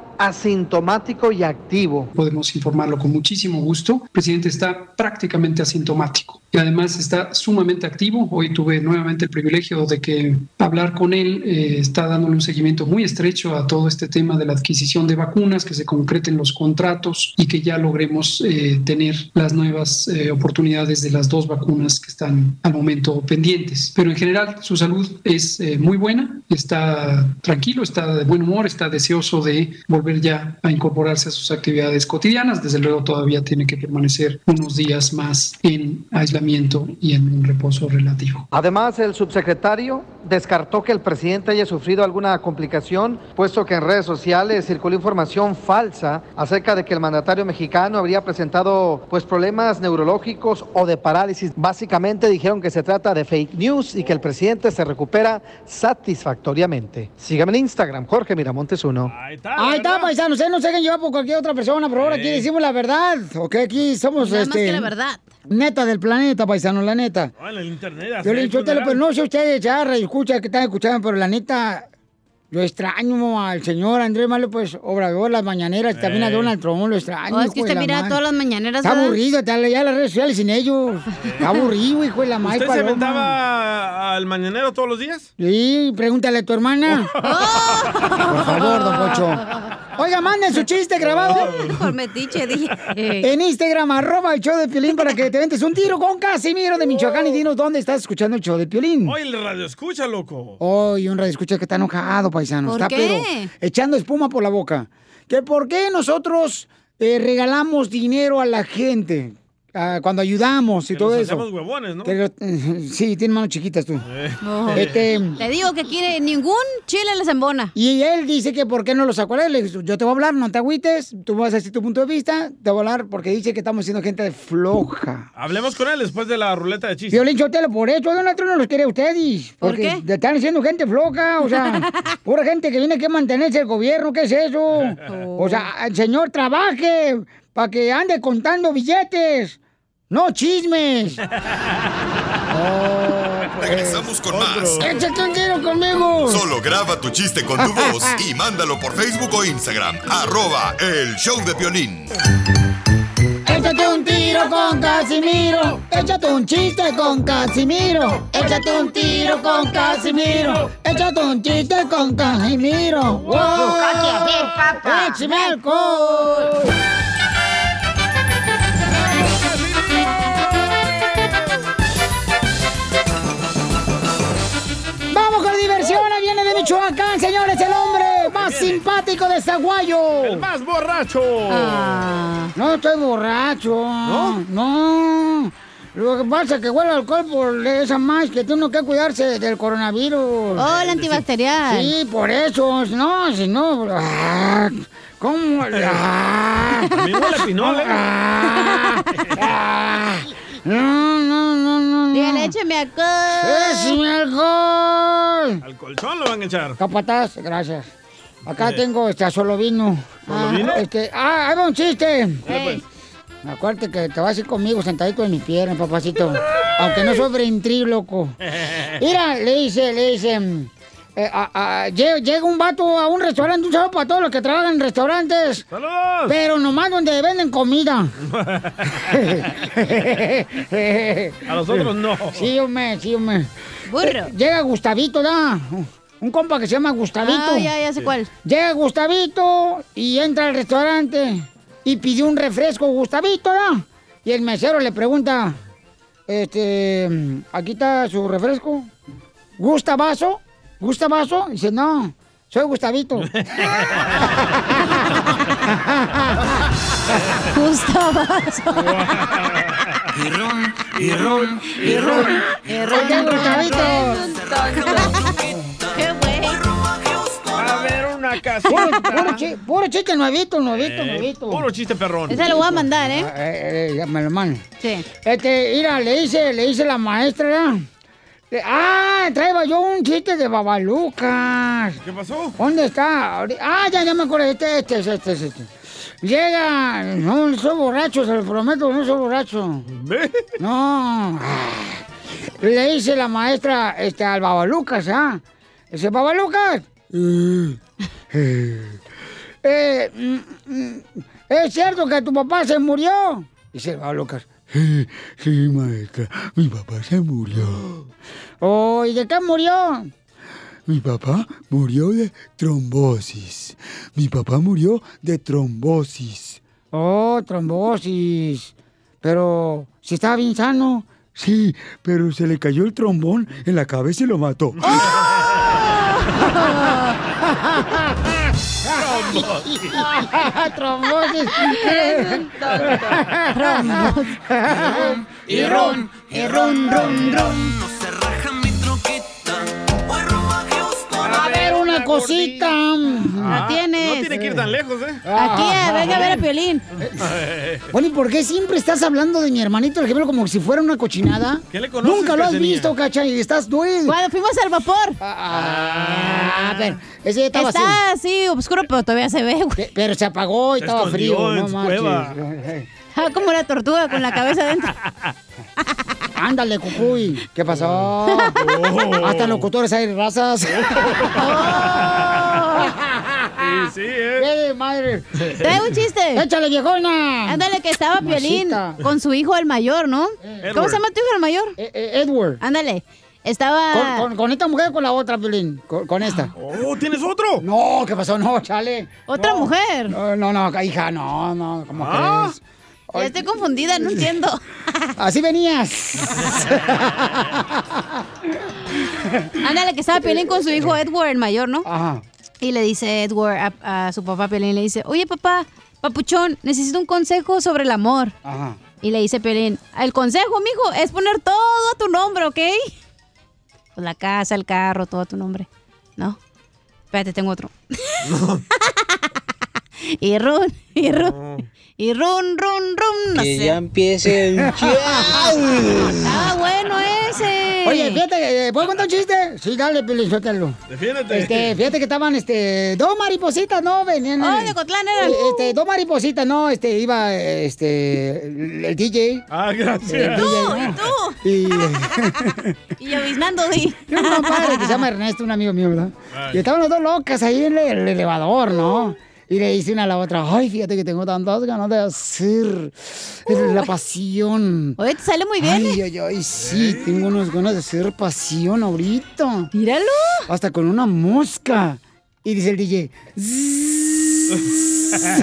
asintomático y activo.
podemos informarlo con muchísimo gusto. El presidente está prácticamente asintomático y además está sumamente activo. Hoy tuve nuevamente el privilegio de que hablar con él eh, está dándole un seguimiento muy estrecho a todo este tema de la adquisición de vacunas, que se concreten los contratos y que ya logremos eh, tener las nuevas eh, oportunidades de las dos vacunas que están al momento pendientes. Pero en general su salud es eh, muy buena, está tranquilo, está de buen humor, está deseoso de volver ya a incorporarse a sus actividades cotidianas. Desde luego todavía tiene que permanecer unos días más en aislamiento y en un reposo relativo.
Además, el subsecretario descartó que el presidente haya sufrido alguna complicación, puesto que en redes sociales circuló información falsa acerca de que el mandatario mexicano habría presentado pues problemas neurológicos o de parálisis. Básicamente dijeron que se trata de fake news y que el presidente se recupera satisfactoriamente. Sígame en Instagram, Jorge Miramontes 1.
Ahí está, paisanos, ¿eh? no se hagan llevar por cualquier otra persona, por ahora aquí decimos la verdad, ¿ok? Aquí somos,
Nada más
este...
que la verdad.
Neta del planeta, paisano, la neta.
Ah, en el internet. así
Yo le
hay
dicho,
funeral.
[LAUGHS] pues no sé ustedes ya, escucha que están escuchando, pero la neta, yo extraño al señor Andrés Manuel pues, Obrador, las mañaneras, y también a
Eh.
Ey.
Donald Trump, lo extraño.
Oh, es que
hijo de pues,
usted
la
mira
madre.
todas las mañaneras,
Está
¿verdad?
aburrido, está ya las redes sociales sin ellos. Está aburrido, hijo de la madre.
¿Usted se
paloma.
aventaba al mañanero todos los días? [LAUGHS]
Ah. Sí, pregúntale a tu hermana. Por favor, don Pocho. Oiga, manden su chiste grabado.
[LAUGHS] Por metiche, dije.
En Instagram, arroba el show de Piolín para que te ventes un tiro con Casimiro de Michoacán y dinos dónde estás escuchando el show de Piolín.
Oye, el radio escucha, loco.
Hoy un radio escucha que está enojado, paisano.
¿Por
está
qué?
pero echando espuma por la boca. Que por qué nosotros eh, regalamos dinero a la gente ah, cuando ayudamos y
Que
todo
nos
eso.
hacemos huevones, ¿no? Eh.
Que lo- [LAUGHS] sí, tiene manos chiquitas tú.
[LAUGHS]
No.
Este-
Le digo que quiere ningún chile les embona.
Y él dice que por qué no lo sacó a él. Le dije, yo te voy a hablar, no te agüites, tú vas a decir tu punto de vista, te voy a hablar porque dice que estamos siendo gente floja.
Hablemos con él después de la ruleta de chistes.
Violín Chotelo, por eso Donald Trump no los quiere a ustedes.
¿Por
Porque te están siendo gente floja,
[LAUGHS]
o sea, pura gente que viene que mantenerse el gobierno, ¿qué es eso?
[LAUGHS]
O sea, el señor, trabaje para que ande contando billetes, no chismes.
Regresamos con más.
¡Échate un tiro conmigo!
Solo graba tu chiste con tu voz y mándalo por Facebook o Instagram. Arroba el show de violín.
Échate un tiro con Casimiro. Échate un chiste con Casimiro. Échate un tiro con Casimiro. Échate un chiste con Casimiro. ¡Wow!
Buscate a ver, papá.
¡Échame alcohol! ¡Vamos con diversión! Ahí viene de Michoacán, señores, el hombre más simpático de Zaguayo. ¡El
más borracho!
No estoy borracho. ¿No? No. Lo que pasa es que huele alcohol por esa más que tiene que cuidarse del coronavirus.
Oh, el antibacterial.
Sí, por eso. No, si no. ah, ¿Cómo? Ah.
mí huele a pinol, ¿eh?
Ah, ah. No, no, no, no. no.
Dígale, écheme alcohol.
¡Écheme alcohol!
Al colchón lo van a echar.
Capataz, gracias. Acá
Eh.
tengo este solo vino.
¿Solovino?
Ah, este, ah, ahí va un chiste.
Ey.
Acuérdate que te vas a ir conmigo sentadito en mi pierna, papacito. Aunque no sobre ventríloco. Mira, le dice, le dice. mm, eh, a- a- lle- llega un vato a un restaurante, un saludo para todos los que trabajan en restaurantes.
¡Saludos!
Pero nomás donde venden comida.
[LAUGHS] A los otros no.
Sí, hombre, sí, hombre.
Burro.
Eh, Llega Gustavito, ¿da? Un compa que se llama Gustavito.
Ah, ya, ya sé Sí. cuál.
Llega Gustavito y entra al restaurante y pidió un refresco, Gustavito, ¿da? Y el mesero le pregunta, este, aquí está su refresco. ¿Gusta vaso? ¿Gusta vaso? Dice, no, soy Gustavito.
[LAUGHS]
Gustavazo.
Y ron, y ron, y ron.
Ahí está Gustavito.
¡Qué güey!
A ver una
Puro,
casita.
puro chi- puro chiste nuevito, nuevito,
Eh,
nuevito.
Puro chiste perrón.
Ese lo voy a mandar, ¿eh? eh, ya me lo mando. Sí. Este, mira, le hice, le hice la maestra, ¿verdad? Le- Ah, traía yo un chiste de Babalucas.
¿Qué pasó?
¿Dónde está? Ahori- Ah, ya, ya me acordé. Este, este, este, este, este. Llega, no soy borracho, se lo prometo, no soy borracho. No. Le dice la maestra este, al Babalucas, ¿ah? Dice, Babalucas. eh, eh, eh, mm, mm, ¿Es cierto que tu papá se murió? Dice el Babalucas. Sí, sí, maestra, mi papá se murió. [GASPS] Oh, ¿y de qué murió?
Mi papá murió de trombosis. Mi papá murió de trombosis.
Oh, trombosis. Pero si estaba bien sano.
Sí, pero se le cayó el trombón en la cabeza y lo mató.
¡Oh!
[LAUGHS]
Trombosis.
Y ron, y ron, ron, ron. No se raja mi
A ver, una cosita.
Ah,
La
No tiene que ir tan lejos, ¿eh?
Aquí, eh, venga a ver a Piolín.
[LAUGHS]
Bueno, ¿y por qué siempre estás hablando de mi hermanito, el gemelo, como si fuera una cochinada?
¿Qué le conoces,
Nunca lo has
Cachanilla?
visto, cacha, y estás eh. duel.
Cuando fuimos al vapor.
Ah, a ver, ese estaba así.
Está así, obscuro, pero todavía se ve, güey.
Pero se apagó y
Se
estaba
escondió
frío.
en
no
su
marches.
[LAUGHS]
cueva. Ah, como una tortuga con la cabeza dentro.
Ándale, cucuy. ¿Qué pasó?
Oh.
Hasta locutores
[LAUGHS]
hay razas. Oh.
Sí, sí, ¿eh?
¡Qué madre!
Trae un chiste.
Échale, viejona.
Ándale, que estaba Piolín
Masita.
con su hijo el mayor, ¿no?
Edward.
¿Cómo se llama tu hijo el mayor?
Edward.
Ándale. Estaba.
Eh, ¿Con, con, con esta mujer o con la otra, Piolín? Con, con esta.
¡Oh, tienes otro!
No, ¿qué pasó? No, chale.
¿Otra mujer?
No, no, no, hija, no, no, ¿cómo
Ah.
crees?
Ya estoy confundida, no entiendo.
[LAUGHS]
Así venías.
Ándale, que estaba Piolín con su hijo Edward, el mayor, ¿no?
Ajá.
Y le dice Edward a, a su papá Piolín, le dice, oye papá, papuchón, necesito un consejo sobre el amor.
Ajá.
Y le dice Piolín, el consejo, mijo, es poner todo a tu nombre, ¿ok? Pues la casa, el carro, todo a tu nombre. No. Espérate, tengo otro. y run, y run, y run, run, run, no
Que
sé.
ya
[LAUGHS]
empiece
[LAUGHS]
el
ah, bueno ese.
Oye, fíjate, eh, ¿puedo contar un chiste? Sí, dale, Piolín, suéltalo.
Defiéndete.
Este, fíjate que estaban, este, dos maripositas, ¿no? Venían.
Oh,
eh,
de Cotlán eran.
eh, Este, dos maripositas, ¿no? Este, iba, eh, este, el, el DJ.
Ah, gracias.
El
¿Y tú?
DJ, ¿no? Y eh,
Y yo avisando,
[LAUGHS]
di.
Tiene un compadre que se llama Ernesto, un amigo mío, ¿verdad?
Ay.
Y estaban las dos locas ahí en el elevador, ¿no? Y le dice una a la otra, ay, fíjate que tengo tantas ganas de hacer Es la pasión.
Oye, te sale muy bien,
Ay,
¿eh?
ay, ay, sí, tengo unas ganas de hacer pasión ahorita.
Tíralo.
Hasta con una mosca. Y dice el DJ,
[LAUGHS]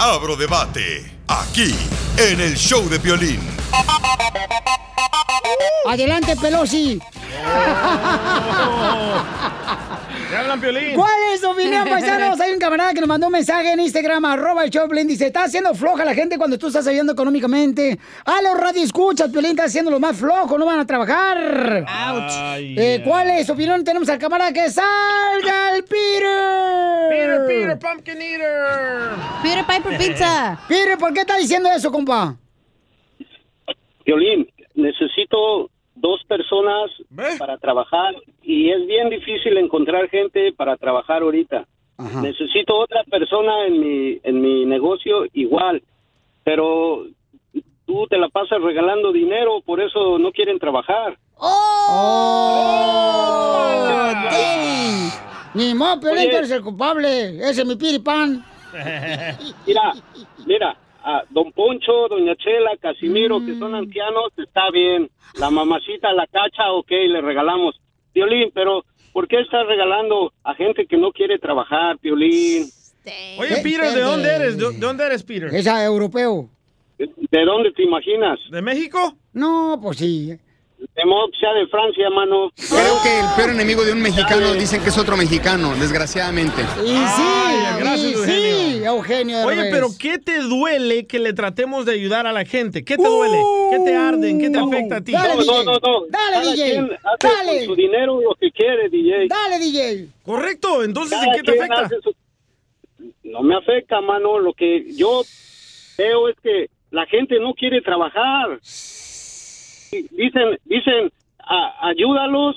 Abro debate. Aquí, en el show de violín.
adelante, Pelosi.
¡Te hablan, Piolín!
¿Cuál es tu opinión, [LAUGHS] paisanos? Hay un camarada que nos mandó un mensaje en Instagram, arroba el Choplin. Dice, está haciendo floja la gente cuando tú estás ayudando económicamente. A los radioescuchas, Piolín está haciendo los más flojos, no van a trabajar.
Ay,
Eh, ¿Cuál es tu opinión? Tenemos al camarada que salga el Peter.
[LAUGHS] Peter, Peter, Pumpkin Eater.
Peter Piper Pizza. [LAUGHS] Peter, ¿por qué está diciendo eso, compa?
Violín, necesito dos personas para trabajar y es bien difícil encontrar gente para trabajar ahorita. Necesito otra persona en mi, en mi negocio igual, pero tú te la pasas regalando dinero, por eso no quieren trabajar.
¡Oh! ¡Ding! Ni modo, Piolín,
Oye.
tú eres el culpable. Ese es mi piripan.
Mira, mira, a don Poncho, doña Chela, Casimiro, que
Mm.
son ancianos, está bien. La mamacita, la cacha, ok, le regalamos. Piolín, pero ¿por qué estás regalando a gente que no quiere trabajar, Piolín?
Eh,
Oye, Peter, ¿de dónde eres? ¿De, de dónde eres, Peter?
Es ah, europeo.
¿De dónde te imaginas?
¿De México?
No, pues sí.
De modo que sea de Francia, mano.
Creo que el peor enemigo de un mexicano dicen que es otro mexicano, desgraciadamente.
Y sí,
gracias,
y sí, Eugenio.
Oye,
Derbez.
pero ¿qué te duele que le tratemos de ayudar a la gente? ¿Qué te duele? ¿Qué te arden? ¿Qué te afecta a ti?
No, no, no, no. Cada quien hace con su dinero lo que quiere, DJ.
Dale, DJ.
Correcto, entonces
Cada
¿en qué te
quien
afecta?
hace su- No me afecta, mano. Lo que yo veo es que la gente no quiere trabajar. Dicen, dicen, "A- ayúdalos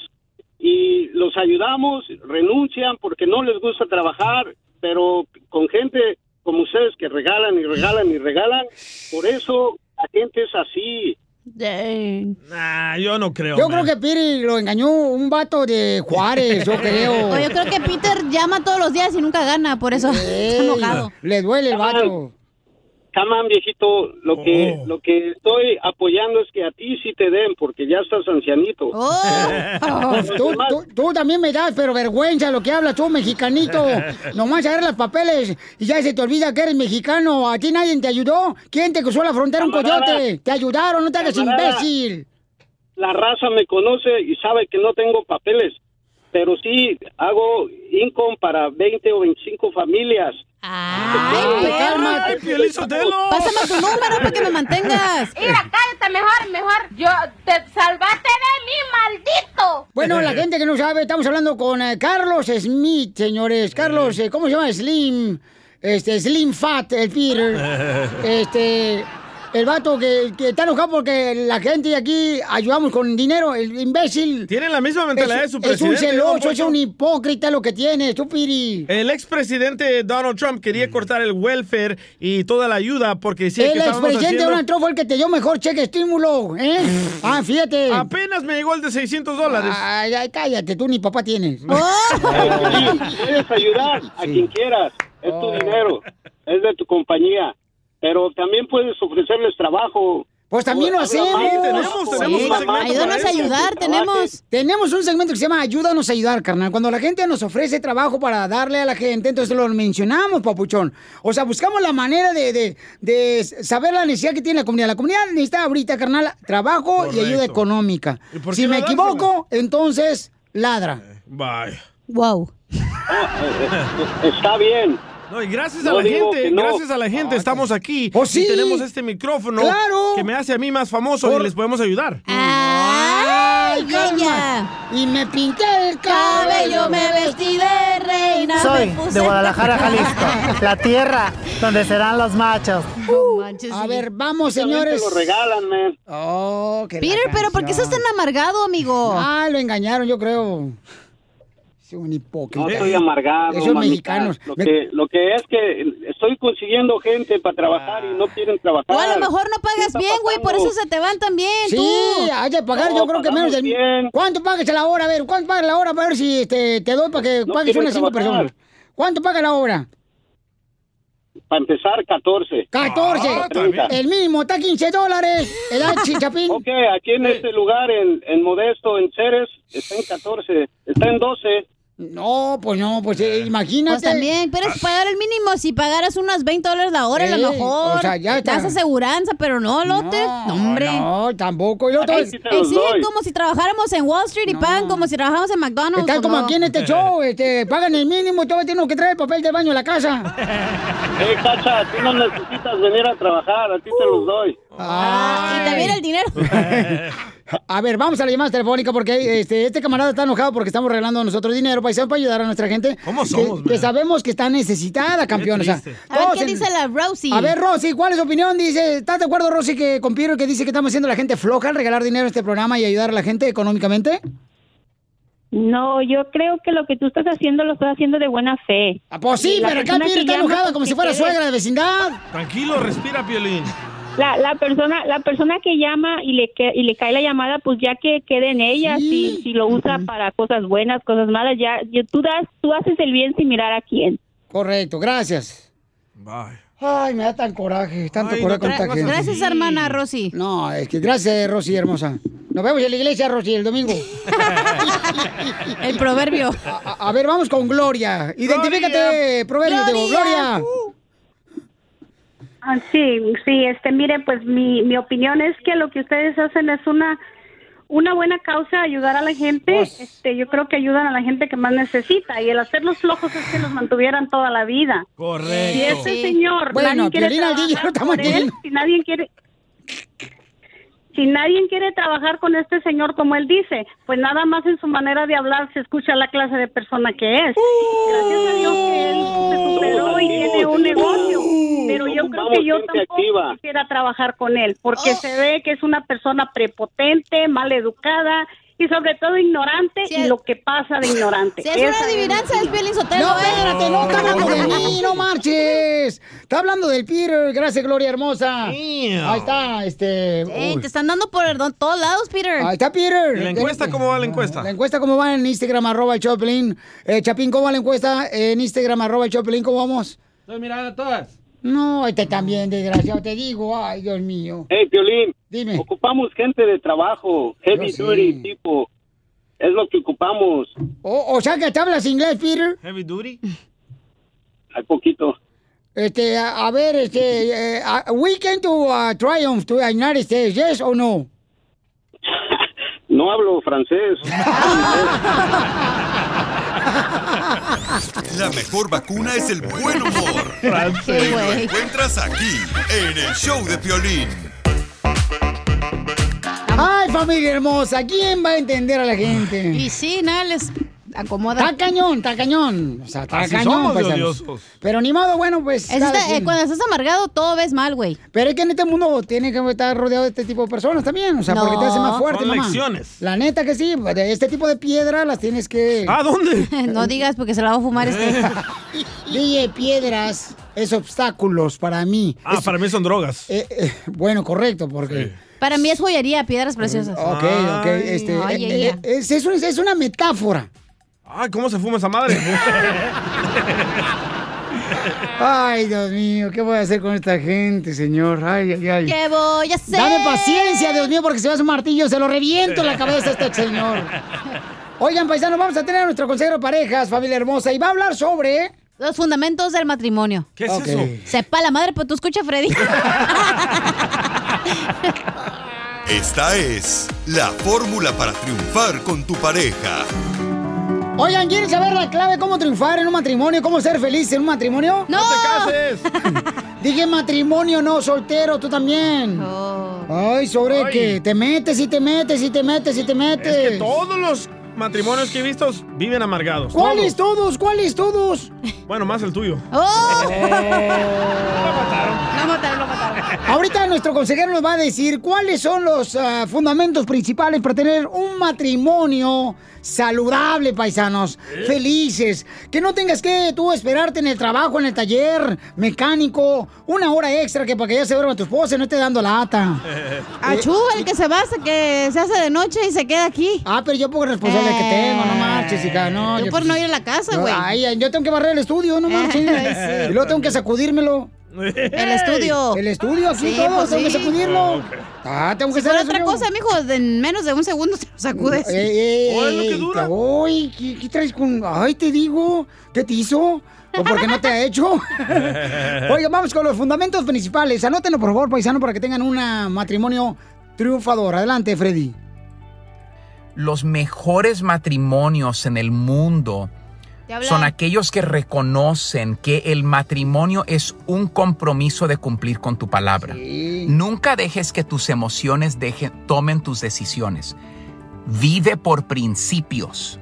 y los ayudamos, renuncian porque no les gusta trabajar, pero con gente como ustedes que regalan y regalan y regalan, por eso la gente es así.
Nah, Ah, yo no creo.
Yo
man.
creo que Piri lo engañó un vato de Juárez,
[LAUGHS]
yo creo.
Oye, yo creo que Peter llama todos los días y nunca gana, por eso está enojado.
Le duele el vato.
come on, viejito, lo que lo que estoy apoyando es que a ti sí te den, porque ya estás ancianito.
Oh.
[LAUGHS]
Pues Tú, tú- tú también me das, pero vergüenza lo que hablas tú, mexicanito. Nomás agarras los papeles y ya se te olvida que eres mexicano. ¿A ti nadie te ayudó? ¿Quién te cruzó la frontera? Un
Camarada.
coyote. Te ayudaron, no te hagas
Camarada.
imbécil.
La raza me conoce y sabe que no tengo papeles, pero sí hago income para 20 o 25 familias.
Ay,
Ay,
cálmate.
Piolín Sotelo.
Pásame tu número para que me mantengas.
[LAUGHS] Mira, cállate mejor, mejor. Yo te salvaste de mí, maldito.
[LAUGHS]
Bueno,
[LAUGHS]
la gente que no sabe, estamos hablando con eh, Carlos Smith, señores. Carlos, eh, ¿cómo se llama? Slim. Este, Slim Fat,
[LAUGHS]
el Peter. Este, el vato que, que está enojado porque la gente de aquí ayudamos con dinero. El imbécil.
Tiene la misma mentalidad de
es,
su
Es un
presidente, Don
celoso,
Poncho.
es un hipócrita lo que tiene, tú, Piri.
El expresidente Donald Trump quería cortar el welfare y toda la ayuda porque decía
Mm. el
que estábamos
expresidente
haciendo-
Donald Trump fue el que te dio mejor cheque estímulo,
[LAUGHS]
¿eh? Ah, fíjate.
Apenas me llegó el de 600 dólares.
Ay, ay, cállate, tú ni
[LAUGHS]
papá tienes. [LAUGHS]
Puedes ayudar a quien quieras. Es tu dinero. Es de tu compañía. Pero también puedes ofrecerles trabajo.
Pues también lo
Habla
hacemos.
mal, habla mal, habla mal, para eso,
Ah,
que trabajes.
Tenemos un segmento que se llama Ayúdanos a ayudar, carnal. Cuando la gente nos ofrece trabajo para darle a la gente, entonces lo mencionamos, papuchón. O sea, buscamos la manera de, de- de saber la necesidad que tiene la comunidad. La comunidad necesita ahorita, carnal, trabajo y ayuda económica.
por qué
Si
no
me
dársela?
equivoco, entonces ladra.
Vaya.
Wow.
[LAUGHS] Está bien.
No, y gracias
No
a la
digo
gente,
que no.
gracias a la gente estamos aquí.
Oh,
Pues sí.
Y tenemos este micrófono
Claro.
que me hace a mí más famoso
Por-
y les podemos ayudar.
Ah.
¡Ay, calma! Y me pinté el cabello, me vestí de reina.
Soy de Guadalajara, Jalisco, la tierra donde serán los machos.
A ver, vamos, señores.
Lo regalan, man.
Oh, qué
Peter, pero ¿por qué estás tan amargado, amigo?
Ah, lo engañaron, yo creo. Es un hipócrita.
No estoy amargado.
Esos
mamita.
mexicanos.
Lo
Ve-
que, lo que es que estoy consiguiendo gente para trabajar y no
Ah.
quieren trabajar.
O a lo mejor no pagas bien, güey, por eso se te van también,
Sí,
tú.
hay que pagar, yo creo que menos del... ¿Cuánto pagas a la hora? A ver, ¿cuánto pagas la hora? A ver si este, te doy para que
No
pagues
quieren
unas cinco
trabajar.
personas. ¿Cuánto paga la hora?
Para empezar, Ah, 14.
14. el mínimo está 15 dólares.
[LAUGHS]
El H, Chapín.
Ok, aquí en este lugar, en, en Modesto, en Ceres, está en 14. Está en 12.
No, pues no, pues eh, imagínate.
Pues también, pero es pagar el mínimo. Si pagaras unas 20 dólares la hora, a
Sí,
lo mejor.
o sea, ya está.
Das aseguranza, pero no, lote. No, hombre.
No, tampoco. Y luego todo-
Exigen como si trabajáramos en Wall Street y pagan como si trabajáramos en McDonald's.
Está como aquí en este show, este, pagan el mínimo, todo tienen que traer el papel del baño a la casa.
Hey, Cacha, tú no necesitas venir a trabajar, a ti te los doy.
Ah,
y también
[LAUGHS]
el dinero.
A ver, vamos a la llamada telefónica
[LAUGHS]
porque este, este camarada está enojado porque estamos regalando nosotros dinero paisano, para ayudar a nuestra gente. ¿Cómo
somos,
Que, que sabemos que está necesitada, campeón. O sea,
triste. A ver,
todos
¿qué dice la Rosy?
A ver, Rosy, ¿cuál es su opinión? Dice, ¿estás de acuerdo, Rosy, que con Piero que dice que estamos haciendo a la gente floja al regalar dinero a este programa y ayudar a la gente económicamente?
No, yo creo que lo que tú estás haciendo lo estás haciendo de buena fe.
Pues sí,
La
pero acá
persona
Piero
que
está
llama,
enojado
pues,
como
si
si fuera
quiere-
suegra de vecindad.
Tranquilo, respira, Piolín.
La, la persona la persona que llama y le que- y le cae la llamada, pues ya que quede en ella, si, si lo usa para cosas buenas, cosas malas, ya ya tú das tú haces el bien sin mirar a quién.
Correcto, gracias. Ay, me da tan coraje, tanto
Ay,
coraje
no
con
te
esta
hagas
gente.
así. Gracias, hermana
Rosy.
No, es que gracias, Rosy, hermosa. Nos vemos en la iglesia, Rosy, el domingo.
el proverbio.
A, a ver, vamos con Gloria. Identifícate, proverbio, digo,
Gloria.
Gloria.
Ah, sí, sí, este, mire, pues mi, mi opinión es que lo que ustedes hacen es una una buena causa ayudar a la gente.
Pues.
Este, yo creo que ayudan a la gente que más necesita y el hacer los flojos es que los mantuvieran toda la vida.
Correcto.
Si este señor,
Bueno,
nadie quiere
Piolín al
trabajar
DJ lo estamos
por él,
viendo.
si nadie quiere si nadie quiere trabajar con este señor como él dice, pues nada más en su manera de hablar se escucha la clase de persona que es.
Uh.
Gracias a Dios que él se superó y tiene un negocio, pero yo creo que yo
gente
tampoco
activa.
quisiera trabajar con él porque se ve que es una persona prepotente, mal educada y sobre todo ignorante y lo que pasa de ignorante.
Si es una
Esa
adivinanza, es Piolín Sotelo.
No,
¿eh?
espérate, no está hablando de mí, no marches. Está hablando del Peter, gracias, Gloria hermosa. Ahí está, este.
Ey, te están dando por don- todos lados, Peter.
Ahí está Peter.
¿Y la encuesta cómo va la encuesta?
La encuesta, ¿cómo va en Instagram, arroba el Choplin? Eh, Chapín, ¿cómo va la encuesta en Instagram, arroba el Choplin? ¿Cómo vamos?
Estoy mirando todas.
No, este también, desgraciado, te digo, ay, Dios mío.
Hey, Piolín. Dime. Ocupamos gente de trabajo, heavy
Yo
duty tipo. Es lo que ocupamos.
O, o sea que te hablas inglés, Peter.
Heavy duty.
Hay poquito.
Este, a, a ver, este, eh, a- we came to uh, Triumph to the United States, yes or no?
No hablo francés.
La mejor vacuna es el buen
[LAUGHS]
humor.
Francés.
Y lo encuentras aquí, en el show de Piolín.
Ay, familia hermosa, ¿quién va a entender a la gente?
Y sí, nada, les acomoda.
Está cañón, está cañón. O sea, está
Así
cañón,
somos de
paisanos.
odiosos.
Pero ni modo, bueno, pues.
Es este- eh, cuando estás amargado, todo ves mal, güey.
Pero es que en este mundo tiene que estar rodeado de este tipo de personas también. O sea, porque te hace más fuerte,
Son
mamá.
lecciones.
La neta que sí, de este tipo de piedra las tienes que.
¿A
[LAUGHS]
dónde?
no digas porque se la va a fumar este.
DJ, piedras es obstáculos para mí.
Ah,
Es-
para mí son drogas.
eh, eh, bueno, correcto, porque.
Para mí es joyería, piedras preciosas.
Ok, ok. Este,
Ay,
eh,
ay,
eh, es, es un- es una metáfora.
Ay, ¿cómo se fuma esa madre? [LAUGHS]
Ay, Dios mío, ¿qué voy a hacer con esta gente, señor? Ay, ay, ay.
¿Qué voy a hacer?
Dame paciencia, Dios mío, porque si vas un martillo, se lo reviento en la cabeza a este [LAUGHS] señor. Oigan, paisanos, vamos a tener a nuestro consejero de parejas, familia hermosa, y va a hablar sobre...
Los fundamentos del matrimonio.
¿Qué es Ok. eso?
Sepa la madre, pues tú escucha,
[LAUGHS]
Freddy.
Esta es la fórmula para triunfar con tu pareja.
Oigan, ¿quieren saber la clave cómo triunfar en un matrimonio? ¿Cómo ser feliz en un matrimonio?
¡No!
te
cases! [LAUGHS] Dije matrimonio, no soltero, tú también.
Oh.
Ay, sobre
Ay.
que te metes y te metes y te metes y te metes.
Es que todos los matrimonios que he visto viven amargados.
¿Cuáles todos? ¿Cuáles todos?
Todos. Bueno, más el tuyo. [LAUGHS]
¡Oh!
mataron.
Lo mataron, lo mataron.
Ahorita nuestro consejero nos va a decir cuáles son los ah, fundamentos principales para tener un matrimonio saludable, paisanos, felices. Que no tengas que tú esperarte en el trabajo, en el taller mecánico, una hora extra que para que ya se duerma tu esposa y no esté
[LAUGHS]
dando lata.
Achú, el que se va, se- que se hace de noche y se queda aquí.
Ah, pero yo por responsable que tengo, Eh, no marches, hija, no.
Yo por no ir a la casa, güey.
Ay, ay, yo tengo que barrer el estudio,
[LAUGHS]
no marches.
Ay, sí.
Y luego tengo que sacudírmelo.
El estudio.
El estudio, aquí
Sí,
todo,
pues
tengo que
sí.
sacudirlo. Ah, tengo que
Si fuera
hacer eso
otra
yo.
cosa, mijo, en menos de un segundo te lo sacudes.
Ey, ey, ey, cabrón, ey, ¿qué, qué traes con.? Ay, te digo, ¿qué te hizo? ¿O por qué no te ha
[LAUGHS]
hecho? [LAUGHS] Oiga, vamos con los fundamentos principales. Anótenlo, por favor, paisano, para que tengan un matrimonio triunfador. Adelante, Freddy.
Los mejores matrimonios en el mundo
Te hablan.
son aquellos que reconocen que el matrimonio es un compromiso de cumplir con tu palabra. Nunca dejes que tus emociones dejen- tomen tus decisiones. Vive por principios.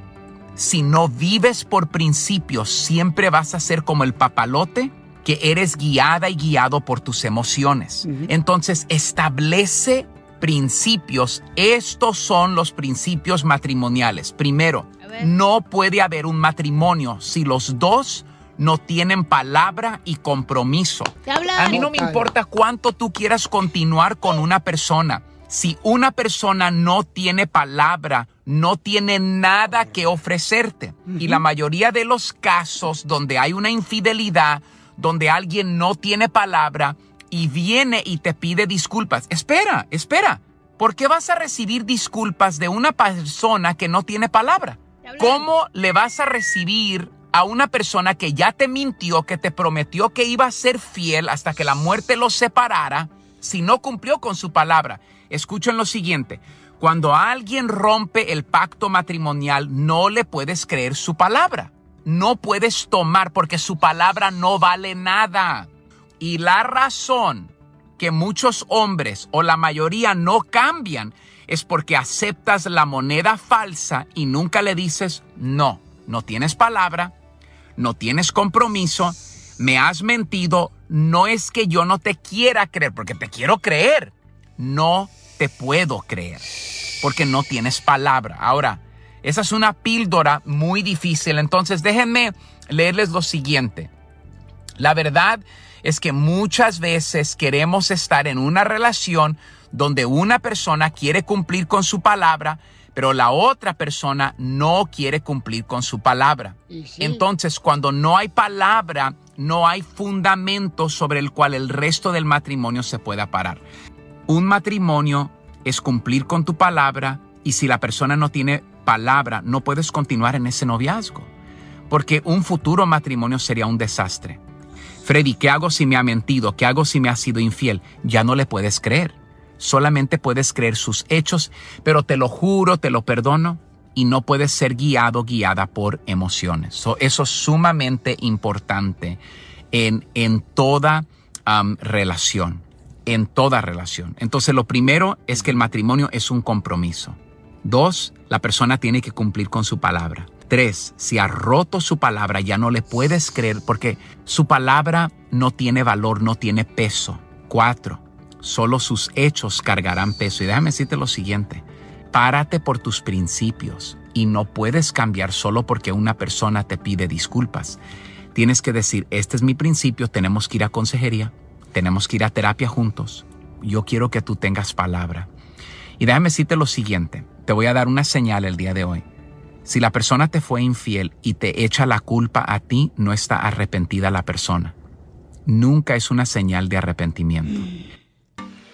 Si no vives por principios, siempre vas a ser como el papalote que eres guiada y guiado por tus emociones. Entonces, establece principios. Estos son los principios matrimoniales. Primero, no puede haber un matrimonio si los dos no tienen palabra y compromiso.
Te hablan.
A mí no me importa cuánto tú quieras continuar con una persona. Si una persona no tiene palabra, no tiene nada que ofrecerte. Y la mayoría de los casos donde hay una infidelidad, donde alguien no tiene palabra y viene y te pide disculpas. Espera, espera. ¿Por qué vas a recibir disculpas de una persona que no tiene palabra? ¿Cómo le vas a recibir a una persona que ya te mintió, que te prometió que iba a ser fiel hasta que la muerte los separara, si no cumplió con su palabra? Escuchen lo siguiente. Cuando alguien rompe el pacto matrimonial, no le puedes creer su palabra. No puedes tomar porque su palabra no vale nada. Y la razón que muchos hombres o la mayoría no cambian es porque aceptas la moneda falsa y nunca le dices no. No tienes palabra, no tienes compromiso, me has mentido, no es que yo no te quiera creer, porque te quiero creer, no te puedo creer, porque no tienes palabra. Ahora, esa es una píldora muy difícil, entonces déjenme leerles lo siguiente. La verdad es que muchas veces queremos estar en una relación donde una persona quiere cumplir con su palabra, pero la otra persona no quiere cumplir con su palabra. Entonces, cuando no hay palabra, no hay fundamento sobre el cual el resto del matrimonio se pueda parar. Un matrimonio es cumplir con tu palabra y si la persona no tiene palabra, no puedes continuar en ese noviazgo, porque un futuro matrimonio sería un desastre. Freddy, ¿qué hago si me ha mentido? ¿Qué hago si me ha sido infiel? Ya no le puedes creer. Solamente puedes creer sus hechos, pero te lo juro, te lo perdono y no puedes ser guiado, guiada por emociones. So, eso es sumamente importante en, en toda am, relación, en toda relación. Entonces lo primero es que el matrimonio es un compromiso. Dos, la persona tiene que cumplir con su palabra. Tres, si ha roto su palabra ya no le puedes creer porque su palabra no tiene valor, no tiene peso. Cuatro, solo sus hechos cargarán peso. Y déjame decirte lo siguiente, párate por tus principios y no puedes cambiar solo porque una persona te pide disculpas. Tienes que decir, este es mi principio, tenemos que ir a consejería, tenemos que ir a terapia juntos. Yo quiero que tú tengas palabra. Y déjame decirte lo siguiente, te voy a dar una señal el día de hoy. Si la persona te fue infiel y te echa la culpa a ti, no está arrepentida la persona. Nunca es una señal de arrepentimiento.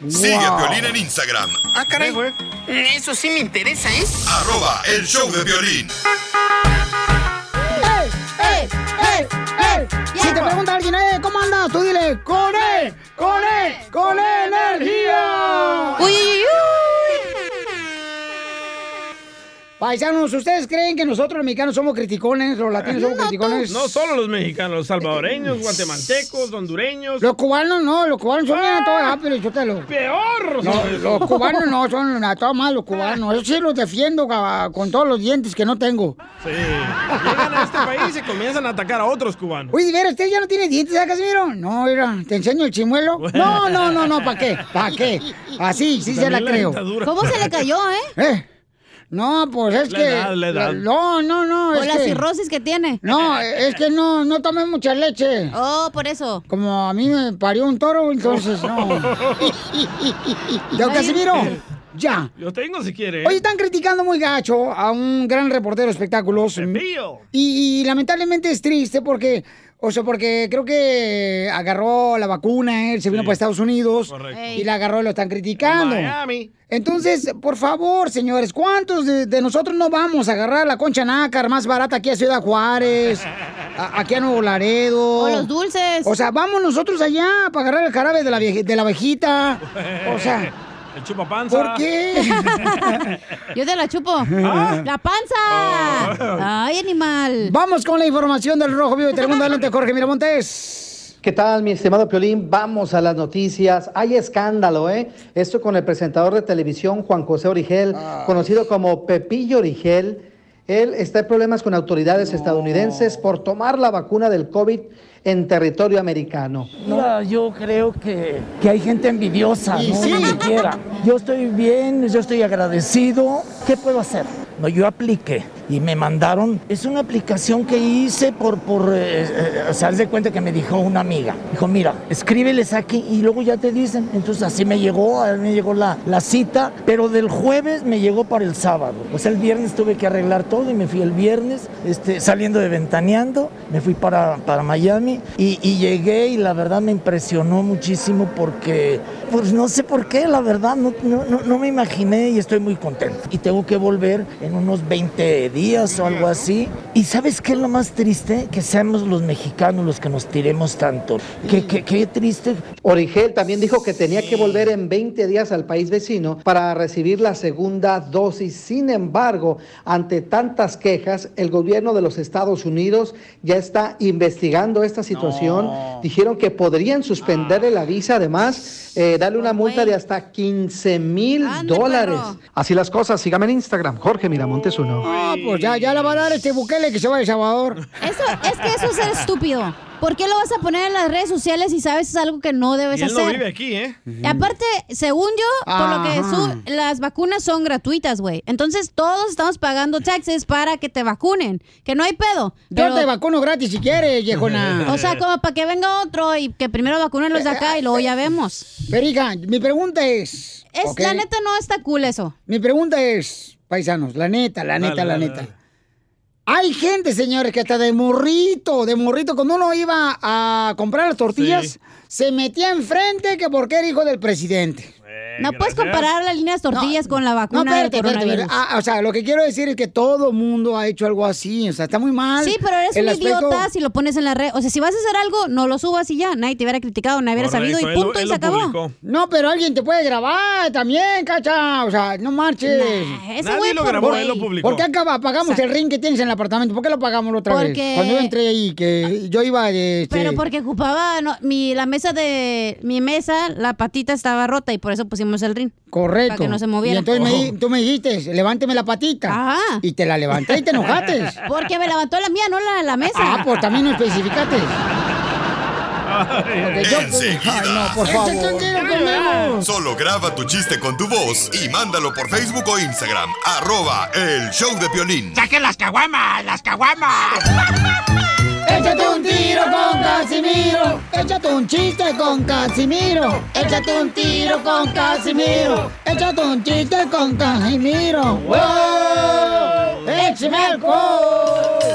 Sigue a Violín en Instagram.
Ah, caray. Eso sí me interesa, ¿eh?
Ah.
Arroba el show de violín.
¡Ey! ¡Ey! ¡Ey! Si te pregunta alguien, eh, ¿cómo andas? Tú dile, con E, con E, con E energía.
Uy, uy,
Paisanos, ¿ustedes creen que nosotros los mexicanos somos criticones, los latinos somos criticones?
No solo los mexicanos, los salvadoreños, guatemaltecos, hondureños.
Los cubanos no, los cubanos son bien a toda ah, pero yo te lo...
Peor.
No, los cubanos no, son a toda más los cubanos. Eso sí los defiendo ca- con todos los dientes que no tengo.
Sí. Llegan a este país y comienzan a atacar a otros cubanos.
Uy, de veras, usted ya no tiene dientes, ¿eh, Casimiro? No, mira, ¿te enseño el chimuelo? No, no, no, no, ¿para qué? ¿Para qué? Así, sí se
También
la
la
creo.
dentadura.
¿Cómo se
[LAUGHS]
le cayó, eh?
¿Eh? No, pues es
La
que...
edad, la edad.
No, no, no.
O
es
la
que-
cirrosis que tiene.
No, es que no, no tomé mucha leche.
Oh, por eso.
Como a mí me parió un toro,
[LAUGHS]
entonces
[LAUGHS]
no. [LAUGHS] Don Casimiro, ya.
Yo tengo si quiere.
Hoy están criticando muy gacho a un gran reportero de espectáculos. Y, y lamentablemente es triste porque, o sea, porque creo que agarró la vacuna, él se vino para Estados Unidos
Correcto.
y la agarró y lo están criticando.
En Miami.
Entonces, por favor, señores, ¿cuántos de, de nosotros no vamos a agarrar la concha nácar más barata aquí a Ciudad Juárez,
[LAUGHS]
a- aquí a Nuevo Laredo?
O los dulces.
O sea, vamos nosotros allá para agarrar el jarabe de la, vieje- de la abejita. O sea,
El chupapanza.
¿por qué?
[LAUGHS] Yo te la chupo.
Ah.
¡La
Oh.
panza! ¡Ay, animal!
Vamos con la información del Rojo Vivo de Telemundo. Adelante, Jorge Miramontes.
¿Qué tal, mi estimado Piolín? Vamos a las noticias. Hay escándalo, ¿eh? Esto con el presentador de televisión Juan José Origel, conocido como Pepillo Origel. Él está en problemas con autoridades estadounidenses por tomar la vacuna del COVID en territorio americano.
Mira, yo creo que, que hay gente envidiosa,
Y
¿no?
sí.
Ni siquiera. Yo estoy bien, yo estoy agradecido. ¿Qué puedo hacer? No, yo apliqué y me mandaron. Es una aplicación que hice por, por eh, eh, o sea, haz de cuenta que me dijo una amiga. Dijo, mira, escríbeles aquí y luego ya te dicen. Entonces así me llegó, a mí me llegó la, la cita, pero del jueves me llegó para el sábado. O sea, el viernes tuve que arreglar todo y me fui el viernes, este, saliendo de Ventaneando, me fui para, para Miami y, y llegué y la verdad me impresionó muchísimo porque, pues no sé por qué, la verdad, no, no- no- no me imaginé y estoy muy contento. Y tengo que volver en unos 20 días o algo así. Y ¿sabes qué es lo más triste? Que seamos los mexicanos los que nos tiremos tanto. Qué, qué- qué triste.
Origel también dijo que tenía que volver en 20 días al país vecino para recibir la segunda dosis. Sin embargo, ante tantas quejas, el gobierno de los Estados Unidos ya está investigando esta situación. Dijeron que podrían suspenderle la visa, además, eh, darle
Pues,
una multa de hasta 15 mil dólares. Así las cosas, sígame en Instagram, Jorge Miramontes uno.
Ah, pues ya, ya la va a dar este Bukele que se va de Salvador.
Eso, es que eso es ser estúpido. ¿Por qué lo vas a poner en las redes sociales si sabes es algo que no debes
Y él
hacer?
no vive aquí, ¿eh?
Y aparte, según yo, por lo
Ajá.
que su- las vacunas son gratuitas, güey. Entonces todos estamos pagando taxes para que te vacunen, que no hay pedo.
Yo te vacuno gratis si quieres, viejona.
[LAUGHS] O sea, como para que venga otro y que primero vacunen los de acá y luego ya vemos.
Pero hija, mi pregunta es...
Es,
¿ok?
La neta no está cool eso.
Mi pregunta es, paisanos, la neta, la neta,
Dale,
la
dale,
neta. Hay gente, señores, que hasta de morrito, de morrito, cuando uno iba a comprar las tortillas,
Sí.
se metía enfrente que porque era hijo del presidente.
No puedes comparar la línea de tortillas con la vacuna del
espérate, espérate,
coronavirus.
espérate. Ah, o sea, lo que quiero decir es que todo mundo ha hecho algo así. O sea, está muy mal.
Sí, pero eres
el
un
aspecto-
idiota si lo pones en la red. O sea, si vas a hacer algo, no lo subas y ya. Nadie te hubiera criticado, nadie hubiera sabido y punto y se acabó.
No, pero alguien te puede grabar también, cacha. O sea, no marches.
Nah, ese Nadie güey lo por grabó, güey. él lo publicó.
¿Por qué acaba- apagamos el ring que tienes en el apartamento? ¿Por qué lo apagamos la otra
Porque-
vez? Cuando yo entré ahí, que yo iba de. este-
Pero porque ocupaba no, mi, la mesa de mi mesa, la patita estaba rota y por eso pusimos el ring.
Correcto.
Para que no se
Y
moviera.
entonces me di- tú me dijiste, levánteme la patita. Y te la levanté y te [LAUGHS] enojaste.
[LAUGHS] Porque me levantó la mía, no la de la mesa.
Ah, pues también no
[LAUGHS]
especificaste.
Porque yo-
Enseguida.
Ay, no, por favor. Échate un tiro conmigo.
Solo graba tu chiste con tu voz y mándalo por Facebook o Instagram. Arroba el show de Piolín.
¡Saquen las caguamas! ¡Las caguamas!
Échate un tiro con Casimiro. Échate un chiste con Casimiro. Échate un tiro con Casimiro. Échate un chiste con Casimiro. ¡Wow! ¡Échame alcohol!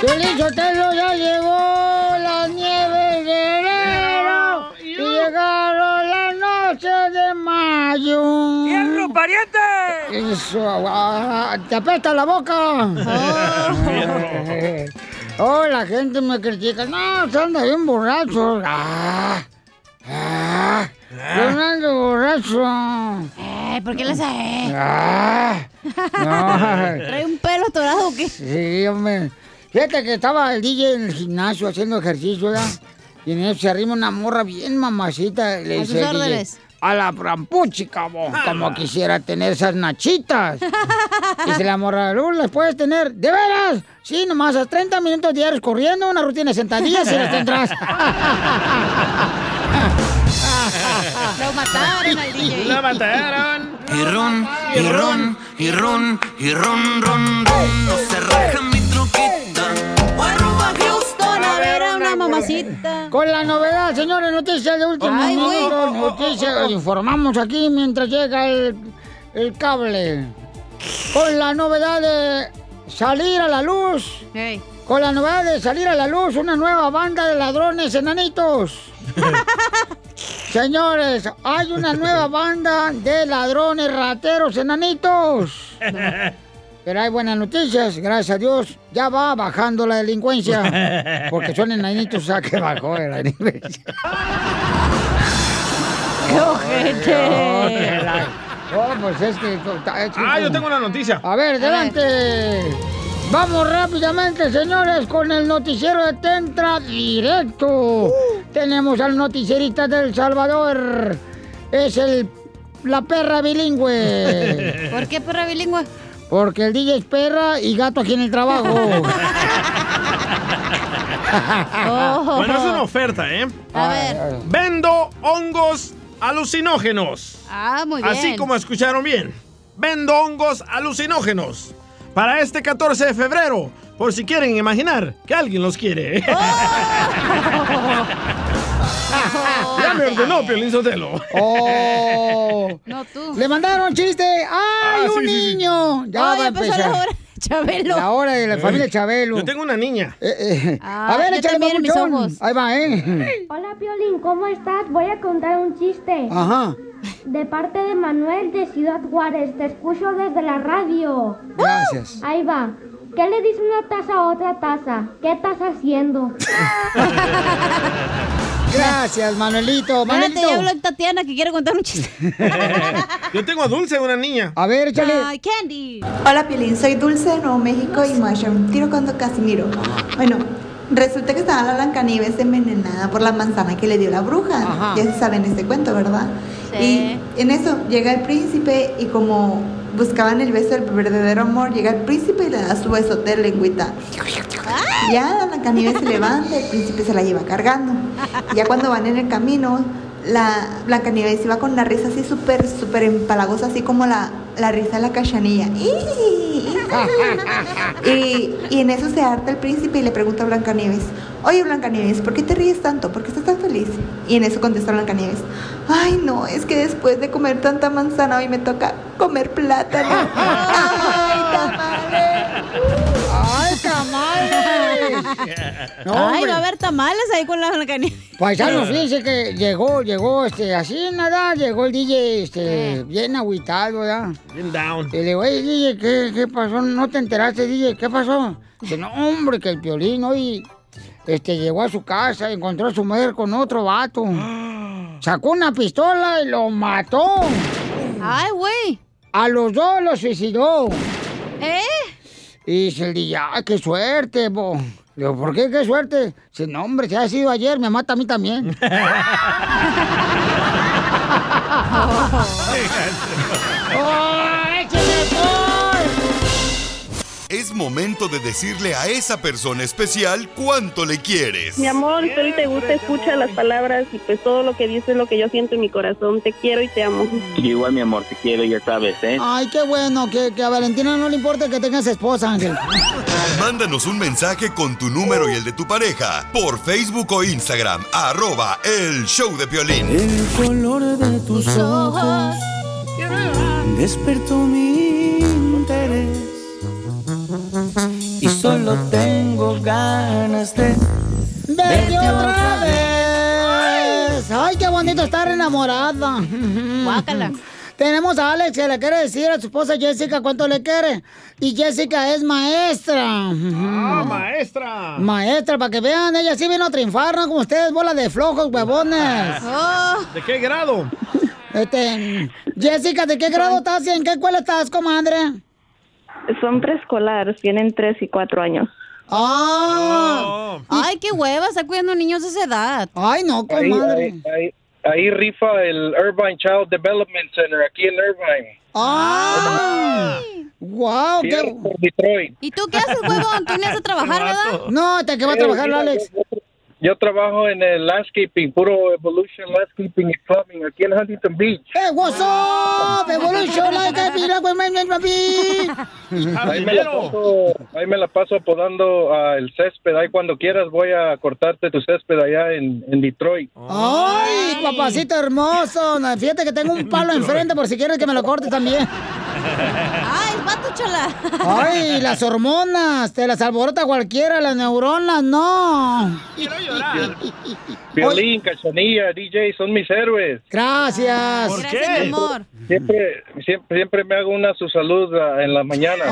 Piolín Sotelo, ya llegó las nieves de enero y llegaron las noches de mayo. ¡Fierro, pariente! Eso, ah, te apesta la [LAUGHS] boca. Oh, la gente me critica. No, se anda bien borracho. Ah, ah, yo no ando borracho.
Eh, ¿Por qué le sabes?
Ah, [LAUGHS] no.
¿Trae un pelo atorado o qué?
Sí, hombre. Fíjate que estaba el DJ en el gimnasio haciendo ejercicio, ¿verdad? Y en eso se arrima una morra bien mamacita. Le
A
dice
sus
el DJ,
órdenes. Ah.
a la prampuchi, cabrón. Como quisiera tener esas
[LAUGHS]
nachitas. Dice la morra, "Lu, las puedes tener. ¿De veras? Sí, nomás a 30 minutos diarios corriendo, una rutina de sentadillas y las
[LAUGHS]
tendrás.
Lo mataron al DJ.
Lo
mataron.
Y ron, y ron, y ron, y ron, ron, ron. No se raja mi troquita. Voy rumbo a Houston a ver a una mamacita.
Con la novedad, señores, noticias de último
Ay, güey.
minuto, noticias,
[LAUGHS]
informamos aquí mientras llega el, el cable. Con la novedad de salir a la luz. Con la novedad de salir a la luz, una nueva banda de ladrones
[LAUGHS]
enanitos. Señores, hay una nueva banda de ladrones rateros enanitos. Pero hay buenas noticias, gracias a Dios. Ya va bajando la delincuencia.
[LAUGHS]
Porque son enanitos, a que bajó la delincuencia. ¡Qué
ojete!
Oh, pues es que...
Ah, yo tengo una noticia.
A ver,
[LAUGHS]
adelante. Vamos rápidamente, señores, con el noticiero de Tentra Directo. Tenemos al noticierista del Salvador. Es el... La perra bilingüe.
[LAUGHS] ¿Por qué perra bilingüe?
Porque el DJ es perra y gato aquí en el
[LAUGHS]
trabajo.
Bueno, es una oferta, ¿eh?
Oh. A ver.
Vendo hongos alucinógenos.
Ah, muy bien.
Así como escucharon bien. Vendo hongos alucinógenos. Para este 14 de febrero, por si quieren imaginar que alguien los quiere.
Oh.
[LAUGHS] ya me ordenó, Piolín Sotelo.
Oh.
[LAUGHS] No tú.
Le mandaron chiste. ¡Ay,
Ah,
un niño! Ya
Ah,
va a
ya empezó la
empezar.
hora de Chabelo.
La hora de la
Eh.
familia Chabelo. Eh,
Yo tengo una niña.
a ver,
Ah, yo
échale
también en mis
babuchón.
ojos.
Ahí va, ¿eh?
Hola Piolín, ¿cómo estás? Voy a contar un chiste.
Ajá.
De parte de Manuel de Ciudad Juárez, te escucho desde la radio.
Gracias.
Ahí va. ¿Qué le dice una taza a otra taza? ¿Qué estás haciendo?
[LAUGHS] Gracias, Manuelito.
Espérate,
Manuelito.
ya habló Tatiana que quiere contar un chiste.
Yo tengo a Dulce, una niña.
A ver,
Ay, Candy.
Hola Piolín, soy Dulce de Nuevo México y Mushroom. Tiro con Don Casimiro. Bueno, resulta que estaba la Blancanieves envenenada por la manzana que le dio la bruja.
Ajá.
Ya se saben este cuento, ¿verdad?
Sí.
Y en eso llega el príncipe y como buscaban el beso del verdadero amor, llega el príncipe y le da su beso de lengüita. Ya la Blancanieves se levanta, el príncipe se la lleva cargando. Y ya cuando van en el camino, la Blancanieves iba con una risa así súper, súper empalagosa, así como la, la risa de la cachanilla. Y, y en eso se harta el príncipe y le pregunta a Blancanieves, oye Blancanieves, ¿por qué te ríes tanto? ¿Por qué estás tan feliz? Y en eso contesta Blancanieves, ay no, es que después de comer tanta manzana hoy me toca comer plátano. Ay, tan
[LAUGHS] No,
Ay,
hombre.
va a haber tamales ahí con la Blancanieves.
Paisanos, fíjense que llegó, llegó, este, así nada, llegó el DJ,
Eh.
este, bien agüitado, ¿verdad?
Bien down.
Y le digo, "Ey, DJ, ¿qué, qué pasó? ¿No te enteraste, DJ? ¿Qué pasó? Dice, no, hombre, que el Piolín hoy, este, llegó a su casa, encontró a su mujer con
[GASPS]
otro vato. Sacó una pistola y lo mató.
Ay, güey.
A los dos los suicidó.
¿Eh?
Y dice el DJ, ay, qué suerte, bo. Le digo, ¿por qué qué suerte? Dice, no, hombre, si ha sido ayer, me mata a mí [LAUGHS] también. Oh,
Es momento de decirle a esa persona especial cuánto le quieres.
Mi amor, si te gusta, escucha las palabras y pues todo lo que dices es lo que yo siento en mi corazón. Te quiero y te amo.
Yo igual, mi amor, te quiero, ya sabes, ¿eh?
Ay, qué bueno, que, que a Valentina no le importa que tengas esposa, [LAUGHS] Ángel.
Mándanos un mensaje con tu número y el de tu pareja por Facebook o Instagram, arroba el show de Piolín.
color de tus ojos despertó
[LAUGHS]
mi interés y solo tengo ganas de
¡Vete otra vez! ¡Ay, qué bonito estar enamorada! [LAUGHS] Guácala. Tenemos a Alex que le quiere decir a su esposa Jessica cuánto le quiere. Y Jessica es maestra. [LAUGHS]
¡Ah, maestra!
Maestra, para que vean, ella sí vino a triunfar, ¿no? Como ustedes, bola de flojos, huevones.
Oh.
¿De qué grado?
Este, Jessica, ¿de qué grado estás y en qué escuela estás, comadre?
Son preescolares, tienen tres y cuatro años.
¡Ah!
Ay, qué hueva, está cuidando niños de esa edad.
Ay, no,
Ahí, ahí, ahí- ahí rifa el Irvine Child Development Center, aquí en Irvine.
¡Ah! ¡Wow!
Sí, por Detroit.
¿Y tú qué haces, huevón? Tú vienes a trabajar, ¿verdad?
No, te que va a
Eh,
trabajar,
mira,
[LAUGHS] Alex.
yo- yo- Yo trabajo en el landscaping, puro Evolution Landscaping y Plumbing, aquí en Huntington Beach.
¡Hey, ¡Eh, what's up? Evolution, like, happy, like, when, when, when, when.
Ahí me, la paso, ahí me la paso podando ah, el césped. Ahí cuando quieras voy a cortarte tu césped allá en, en Detroit.
Oh.
¡Ay, papacito hermoso! No, Fíjate que tengo un palo enfrente por si quieres que me lo cortes también.
Ay, vato, chala. [LAUGHS]
¡Ay, las hormonas! Te las alborota cualquiera, las neuronas, no.
Violín, Cachanilla, DJ, son mis héroes.
Gracias.
¿Por Gracias, qué? mi amor. Siempre, siempre, siempre me hago una su salud ah, en la mañana.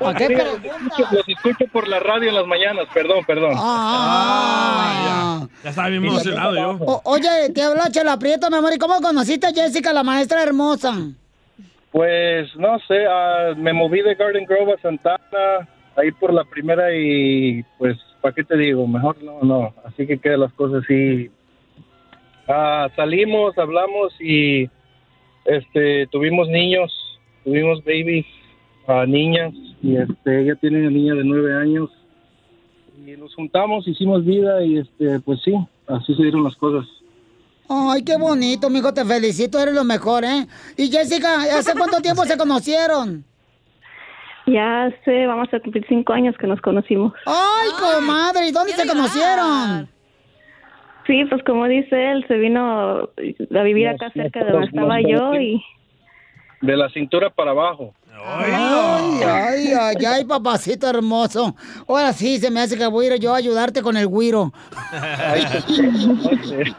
¿Para qué
Sí,
pre-
los, escucho, los escucho por la radio en las mañanas, perdón, perdón.
Ah,
Ya estaba bien emocionado yo.
O- oye, te habla Chela Prieto, mi amor. ¿Y cómo conociste a Jessica, la maestra hermosa?
Pues no sé, ah, me moví de Garden Grove a Santana, ahí por la primera y pues, ¿para qué te digo? Mejor no, no. Así que quedan las cosas así. Ah, salimos, hablamos y este tuvimos niños, tuvimos babies, ah, niñas y este ella tiene una niña de nueve años y nos juntamos, hicimos vida y este pues sí, así se dieron las cosas.
Ay, qué bonito, mijo. Te felicito, eres lo mejor, ¿eh? Y Jessica, ¿hace cuánto tiempo se conocieron?
Ya hace, vamos a cumplir cinco años que nos conocimos.
Ay, comadre, ¿y dónde se conocieron?
Sí, pues como dice él, se vino a vivir acá cerca de donde estaba yo y...
De la cintura para abajo.
Ay, ay, ay, ay, papacito hermoso. Ahora sí se me hace que voy a ir yo a ayudarte con el guiro.
este,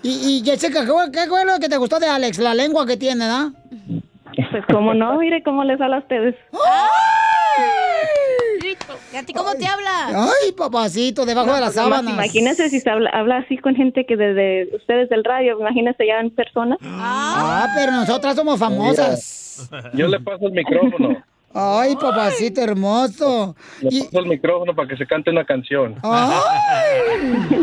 Y, y Jessica, ¿qué, fue- qué fue lo que te gustó de Alex? La lengua que tiene, ¿da?
Pues como no, mire cómo les habla a ustedes.
¿Y a ti cómo te habla?
Ay, papacito, debajo de las
No, pues,
sábanas.
Imagínese si se habla, habla así con gente que desde ustedes del radio, imagínese ya en persona.
Ah, pero nosotras somos famosas.
Yo le paso el micrófono.
Ay, papacito hermoso.
Le paso el micrófono para que se cante una canción.
Ay.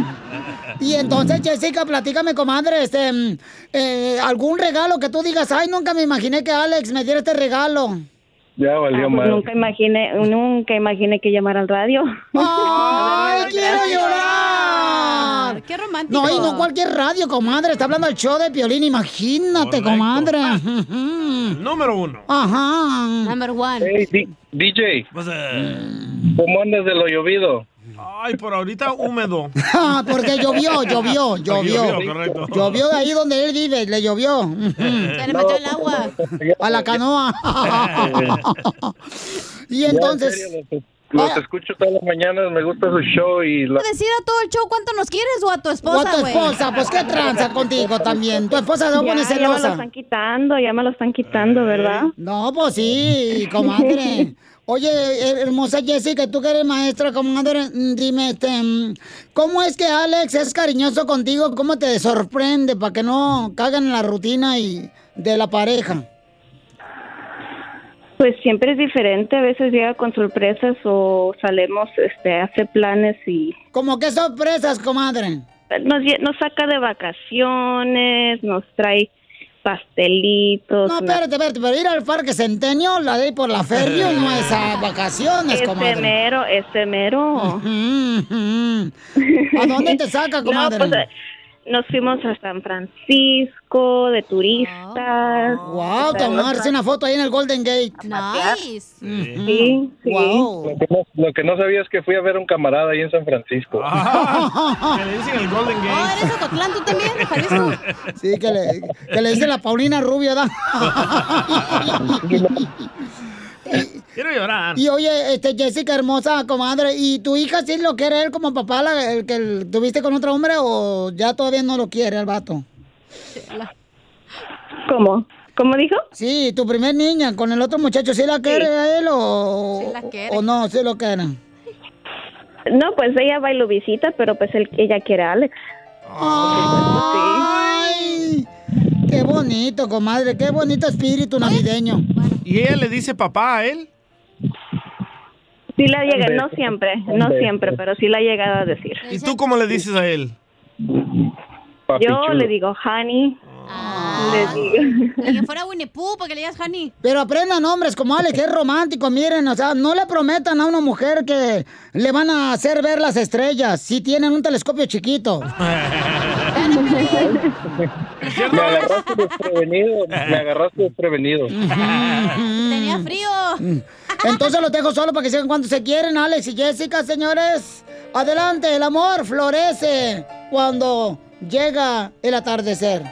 Y entonces, Jessica, platícame, comadre, este, mm, eh, algún regalo que tú digas, ay, nunca me imaginé que Alex me diera este regalo.
Ya valió
Ah, pues,
más.
nunca [LAUGHS] imaginé, nunca imaginé que llamara al radio.
[LAUGHS] ¡Ay, quiero llorar!
¡Qué romántico!
No, y no cualquier radio, comadre, está hablando el show de Piolín, imagínate, comadre.
Número uno.
Ajá.
Number one.
Eh.
Hey, D- DJ.
Pues,
¿Cómo andas de lo llovido?
eh. Ay, por ahorita húmedo.
[LAUGHS] Ah, porque llovió, llovió, llovió.
Llovió, correcto.
Llovió de ahí donde él vive, le llovió. Ujú.
Se le metió el agua. [LAUGHS]
A la canoa. Y entonces,
Ya, en serio, Los
ah.
escucho todas las mañanas, me gusta su show y la...
a decir a todo el show cuánto nos quieres o a tu
O a
esposa,
tu
güey?
esposa, pues qué tranza contigo también. Tu esposa se va a poner
Ya, ya me lo
celosa.
están
quitando, ya me lo están quitando, ¿verdad? No, pues sí, comadre. Oye, eh, hermosa Jessica, tú que eres maestra, comadre, mm, dime, este, mm, ¿cómo es que Alex es cariñoso contigo? ¿Cómo te sorprende para que no cagan en la rutina y de la pareja?
Pues siempre es diferente, a veces llega con sorpresas o salemos, este, hace planes y...
¿Cómo qué sorpresas, comadre?
Pues, Nos, lle- nos saca de vacaciones, nos trae pastelitos.
No,
una-
espérate, espérate, pero ir al parque Centenio, la de ahí por la feria,
[LAUGHS]
no es a vacaciones,
Ese
comadre.
mero, ese mero.
¿A dónde te
[LAUGHS]
saca,
No,
comadre?
pues, eh, nos fuimos a San Francisco de turistas.
Wow, tomarse una foto ahí en el Golden Gate.
Nice.
Sí, sí.
Lo que, no, lo que no sabía es que fui a ver a un camarada ahí en San Francisco.
Ah, [LAUGHS] Que le dicen el Golden Gate. Ah, eres Ocotlán, tú también, Jalisco. Sí, que le, que le dicen la Paulina Rubia, [LAUGHS] ¿da?
Quiero llorar.
Y oye, este, Jessica, hermosa comadre, ¿y tu hija sí lo quiere él como papá, la- el que el- tuviste con otro hombre, o ya todavía no lo quiere el vato?
¿Cómo? ¿Cómo dijo?
Sí, tu primer niña, con el otro muchacho, ¿sí la quiere a él o, o no? ¿Sí lo quiere?
No, pues ella va y lo visita, pero pues él- ella quiere a Alex.
¡Ay! ¡Qué bonito, comadre! ¡Qué bonito espíritu navideño!
¿Y ella le dice papá a él?
Sí la llega, no siempre, no siempre, pero sí la ha llegado a decir.
¿Y tú cómo le dices a él?
Yo le digo, honey, le digo.
Ni que fuera Winnie Pooh, para que le digas, honey.
Pero aprendan hombres como Alex, que es romántico, miren, o sea, no le prometan a una mujer que le van a hacer ver las estrellas si tienen un telescopio
[LAUGHS]
chiquito.
Me agarraste desprevenido, me agarraste desprevenido.
Tenía
frío.
Mm. Entonces los dejo solo para que sigan cuando se quieren, Alex y Jessica, señores. Adelante, el amor florece cuando llega el atardecer.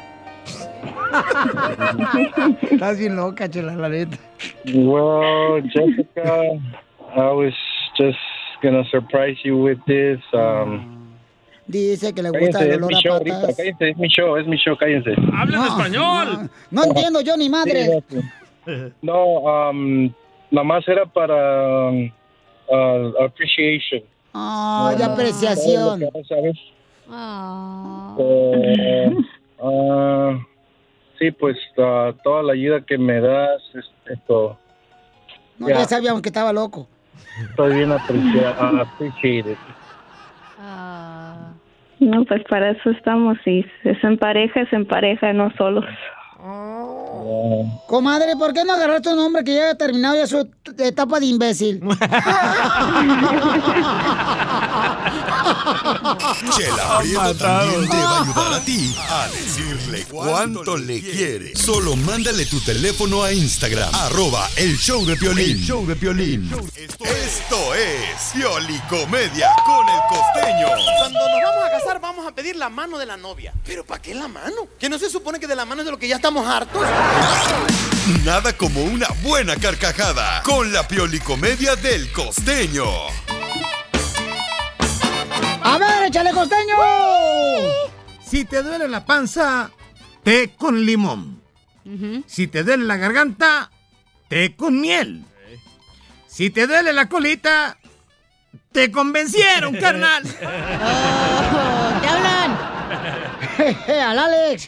[LAUGHS] Estás bien loca, chela, la neta.
Well, Jessica, I was just gonna surprise you with this. Um,
Dice que le gusta
cállense, es
el olor
mi
a
show ahorita,
patas.
cállense, es mi show, es mi show, cállense.
¡Hablen español!
No entiendo yo ni madre.
Sí, gracias. no, um, nomás era para um, uh, appreciation.
Oh. Ay, apreciación.
¿Sabes? Eh, ah, sí, pues ah, toda la ayuda que me das, es- esto,
No,
Ya.
ya sabíamos que estaba loco.
estoy bien aprecia- ah, appreciated.
No, pues para eso estamos, sí. Es en pareja, es en pareja, no solos.
Oh.
Comadre, ¿por qué no agarraste un hombre que ya había terminado ya su t- etapa
[LAUGHS]
de imbécil?
[LAUGHS]
Chela Prieto también te va a ayudar a ti a decirle Ah. cuánto le quiere. Solo mándale tu teléfono a Instagram, arroba el show de Piolín.
El
show de Piolín. Esto es Pioli Comedia con el costeño.
Cuando nos vamos a casar vamos a pedir la mano de la novia. ¿Pero para qué la mano? Que no se supone que de la mano es de lo que ya estamos hartos.
Nada como una buena carcajada con la Pioli Comedia del costeño.
A ver, échale costeño.
Si te duele la panza, té con limón. Si te duele la garganta, té con miel. Si te duele la colita, te convencieron,
[LAUGHS]
carnal.
Oh, ¡Te hablan! [LAUGHS] ¡Al Alex!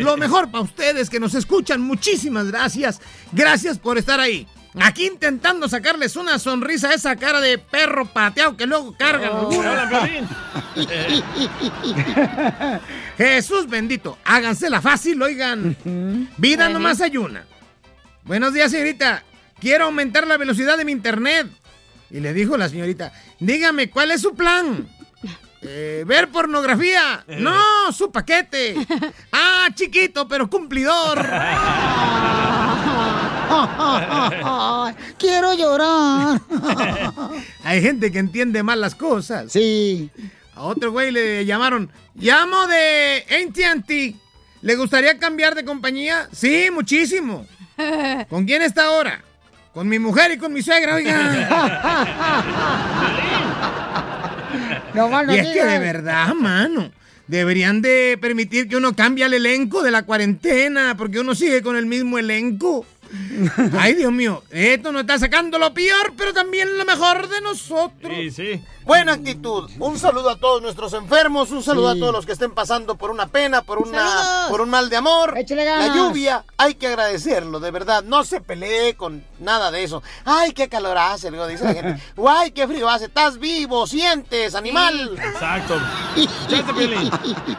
[LAUGHS] Lo mejor para ustedes que nos escuchan, muchísimas gracias. Gracias por estar ahí. Aquí intentando sacarles una sonrisa a esa cara de perro pateado que luego
Oh.
cargan
Oh.
algunos. [LAUGHS] Jesús bendito, hágansela fácil, oigan. Vida nomás hay una. Buenos días, señorita. Quiero aumentar la velocidad de mi internet. Y le dijo la señorita, dígame, ¿cuál es su plan? "Eh, ver pornografía. No, su paquete. Ah, chiquito, pero cumplidor.
[LAUGHS] Quiero llorar.
[LAUGHS] Hay gente que entiende mal las cosas. Sí. A otro güey le llamaron, llamo de AT&T.
[LAUGHS]
¿Le gustaría cambiar de compañía? Sí, muchísimo. ¿Con quién está ahora?
Con mi mujer y con mi suegra, oiga.
[LAUGHS] no,
y es que de verdad, mano. Deberían de permitir que uno cambie el elenco de la cuarentena, porque uno sigue con el
[LAUGHS]
mismo elenco. Ay, Dios mío, esto nos está sacando lo peor, pero también lo mejor de nosotros.
Sí, sí.
Buena actitud. Un saludo a todos nuestros enfermos, un saludo a todos los que estén pasando por una pena, por una por un mal de amor.
ganas.
La lluvia, hay que agradecerlo, de verdad. No se pelee con nada de eso. Ay, qué calor hace, luego dice la gente. Guay, qué frío hace. Estás vivo, sientes, animal.
Exacto.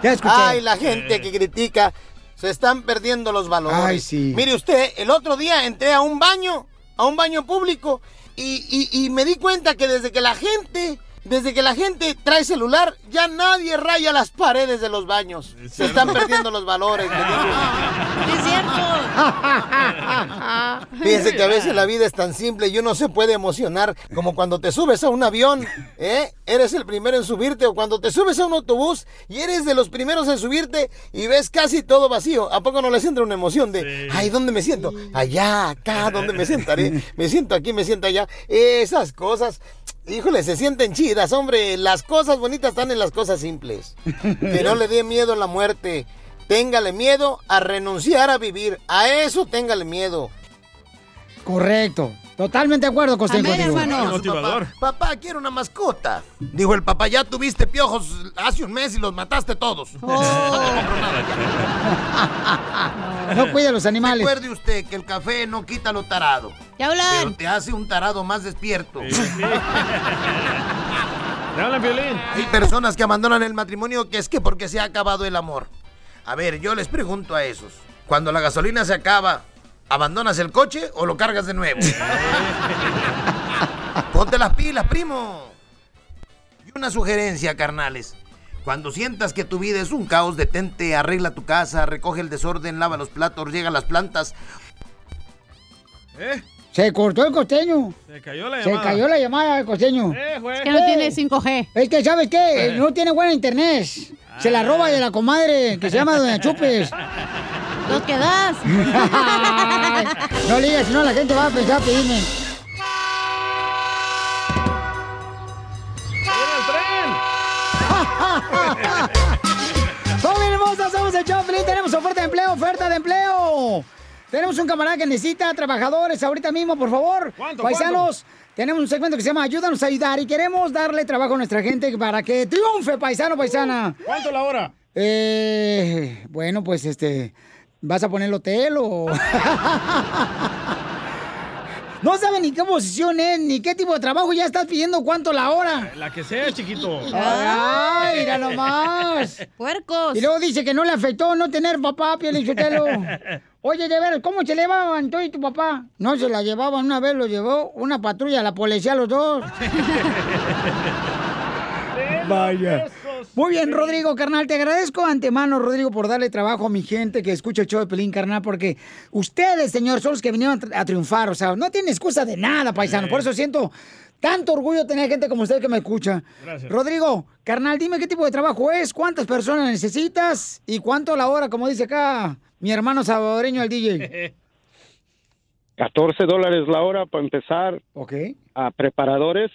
Ya escuché. Eh.
Ay, la gente que critica. Se están perdiendo los valores.
Ay, sí.
Mire usted, el otro día entré a un baño, a un baño público, y, y- y me di cuenta que desde que la gente, desde que la gente trae celular, ya nadie raya las paredes de los baños. Se están perdiendo los valores.
[LAUGHS] Es
Ah.
cierto.
Fíjense que a veces la vida es tan simple y uno se puede emocionar, como cuando te subes a un avión, ¿eh? eres el primero en subirte, o cuando te subes a un autobús y eres de los primeros en subirte y ves casi todo vacío. ¿A poco no les entra una emoción de, ay, ¿dónde me siento? Allá, acá, ¿dónde me sentaré? Me siento aquí, me siento allá. Esas cosas, híjole, se sienten chidas, hombre. Las cosas bonitas están en las cosas simples. Que no le dé miedo a la muerte. Téngale miedo a renunciar a vivir. A eso téngale miedo.
Correcto. Totalmente de acuerdo, Costeño. contigo.
Motivador. Papá, papá, quiero una mascota.
Dijo el papá,
ya tuviste piojos.
hace un mes y los mataste todos.
No
cuida a los animales.
Recuerde usted que el café no quita lo tarado.
Ya
Pero te hace un tarado más despierto. [LAUGHS] Hay personas que abandonan el matrimonio que es que porque se ha acabado el amor. A ver, yo les pregunto a esos. Cuando la gasolina se acaba, ¿abandonas el coche o lo cargas de nuevo? Ponte las pilas, primo. Y una sugerencia, carnales. Cuando sientas que tu vida es un caos, detente, arregla tu casa, recoge el desorden, lava los platos, riega las plantas.
Se cortó el costeño.
Se cayó la
Se
llamada. Eh,
cayó la llamada del costeño.
Es que no tiene 5G.
Es que, ¿sabes qué?
Eh.
No tiene buena internet. Se la roba de la comadre que se llama Doña Chupes.
Nos quedas.
[LAUGHS] no le digas, si no la gente va a pensar pedirme. ¡Familia hermosa! Somos el Choplin. Tenemos oferta de empleo, oferta de empleo. Tenemos un camarada que necesita trabajadores ahorita mismo, por favor.
¿Cuánto,
Paisanos, tenemos un segmento que se llama Ayúdanos a ayudar y queremos darle trabajo a nuestra gente para que triunfe, paisano, paisana.
¿Cuánto la hora?
Eh, bueno, pues este, ¿vas a poner el hotel o...? [LAUGHS] no saben ni qué posición es, ni qué tipo de trabajo, ya estás pidiendo cuánto la hora.
La que sea, chiquito.
Ah.
Ay, mira nomás.
Puercos.
Y luego dice que no le afectó no tener papá, Pielichotelo. Oye, de veras, ¿cómo se llevaban tú y tu papá? No se la llevaban, una vez lo llevó una patrulla, la policía, los dos. Vaya. Muy bien, Rodrigo, carnal, te agradezco antemano, Rodrigo, por darle trabajo a mi gente que escucha el show de Pelín, carnal, porque ustedes, señor, son los que vinieron a tri- a triunfar, o sea, no tienen excusa de nada, paisano, por eso siento tanto orgullo tener gente como usted que me escucha.
Gracias.
Rodrigo, carnal, dime qué tipo de trabajo es, cuántas personas necesitas y cuánto la hora, como dice acá mi hermano salvadoreño, el DJ.
[LAUGHS]
14 dólares la hora para empezar.
Ok.
A preparadores.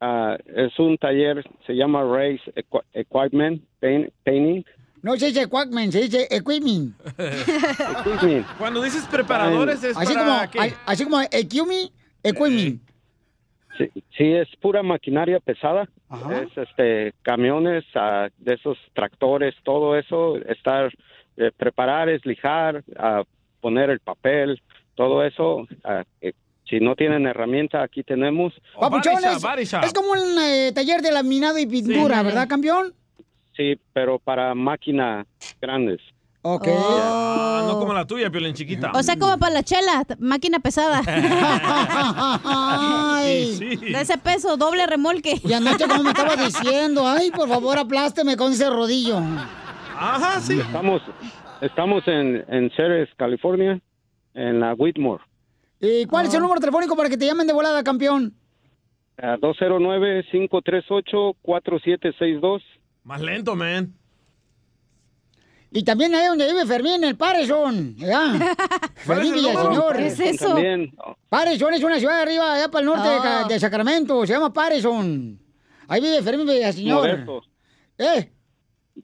ah, es un taller, se llama Race Equi- Equipment Pain-
[LAUGHS]
Painting.
No se dice Quackman, se dice Equipment.
Equipment.
Cuando dices preparadores es
así
para
como,
qué?
a- Así como Equipment,
Eh,
Equipment.
Sí, sí, es pura maquinaria pesada. Es este camiones, ah, de esos tractores, todo eso. Estar, eh, preparar es lijar, ah, poner el papel, todo eso. ah, eh, si no tienen herramienta, aquí tenemos.
Papuchón, es, Oh, es como un eh, taller de laminado y pintura, ¿verdad, campeón?
Sí, pero para máquinas grandes.
Ok.
Ah, no como la tuya, Piolín Chiquita.
O sea, como para la chela, t- máquina
[LAUGHS]
pesada.
Ay.
Sí, sí. De ese peso, doble remolque.
Y anoche como me estaba diciendo, ay, por favor, aplásteme con ese rodillo.
Ajá, sí.
Estamos, estamos en, en Ceres, California, en la Whitmore.
¿Y Eh, cuál es el número telefónico para que te llamen de volada, campeón?
Ah, 209-538-4762.
Más lento, man.
Y también ahí donde vive Fermín, el Parezón.
[LAUGHS]
¿Ya? Fermín Villaseñor.
¿Qué es eso? Ah. También.
Parezón es una ciudad de arriba, allá para el norte de, Ca- de Sacramento. Se llama Parezón. Ahí vive Fermín Villaseñor.
Modesto.
¿Eh?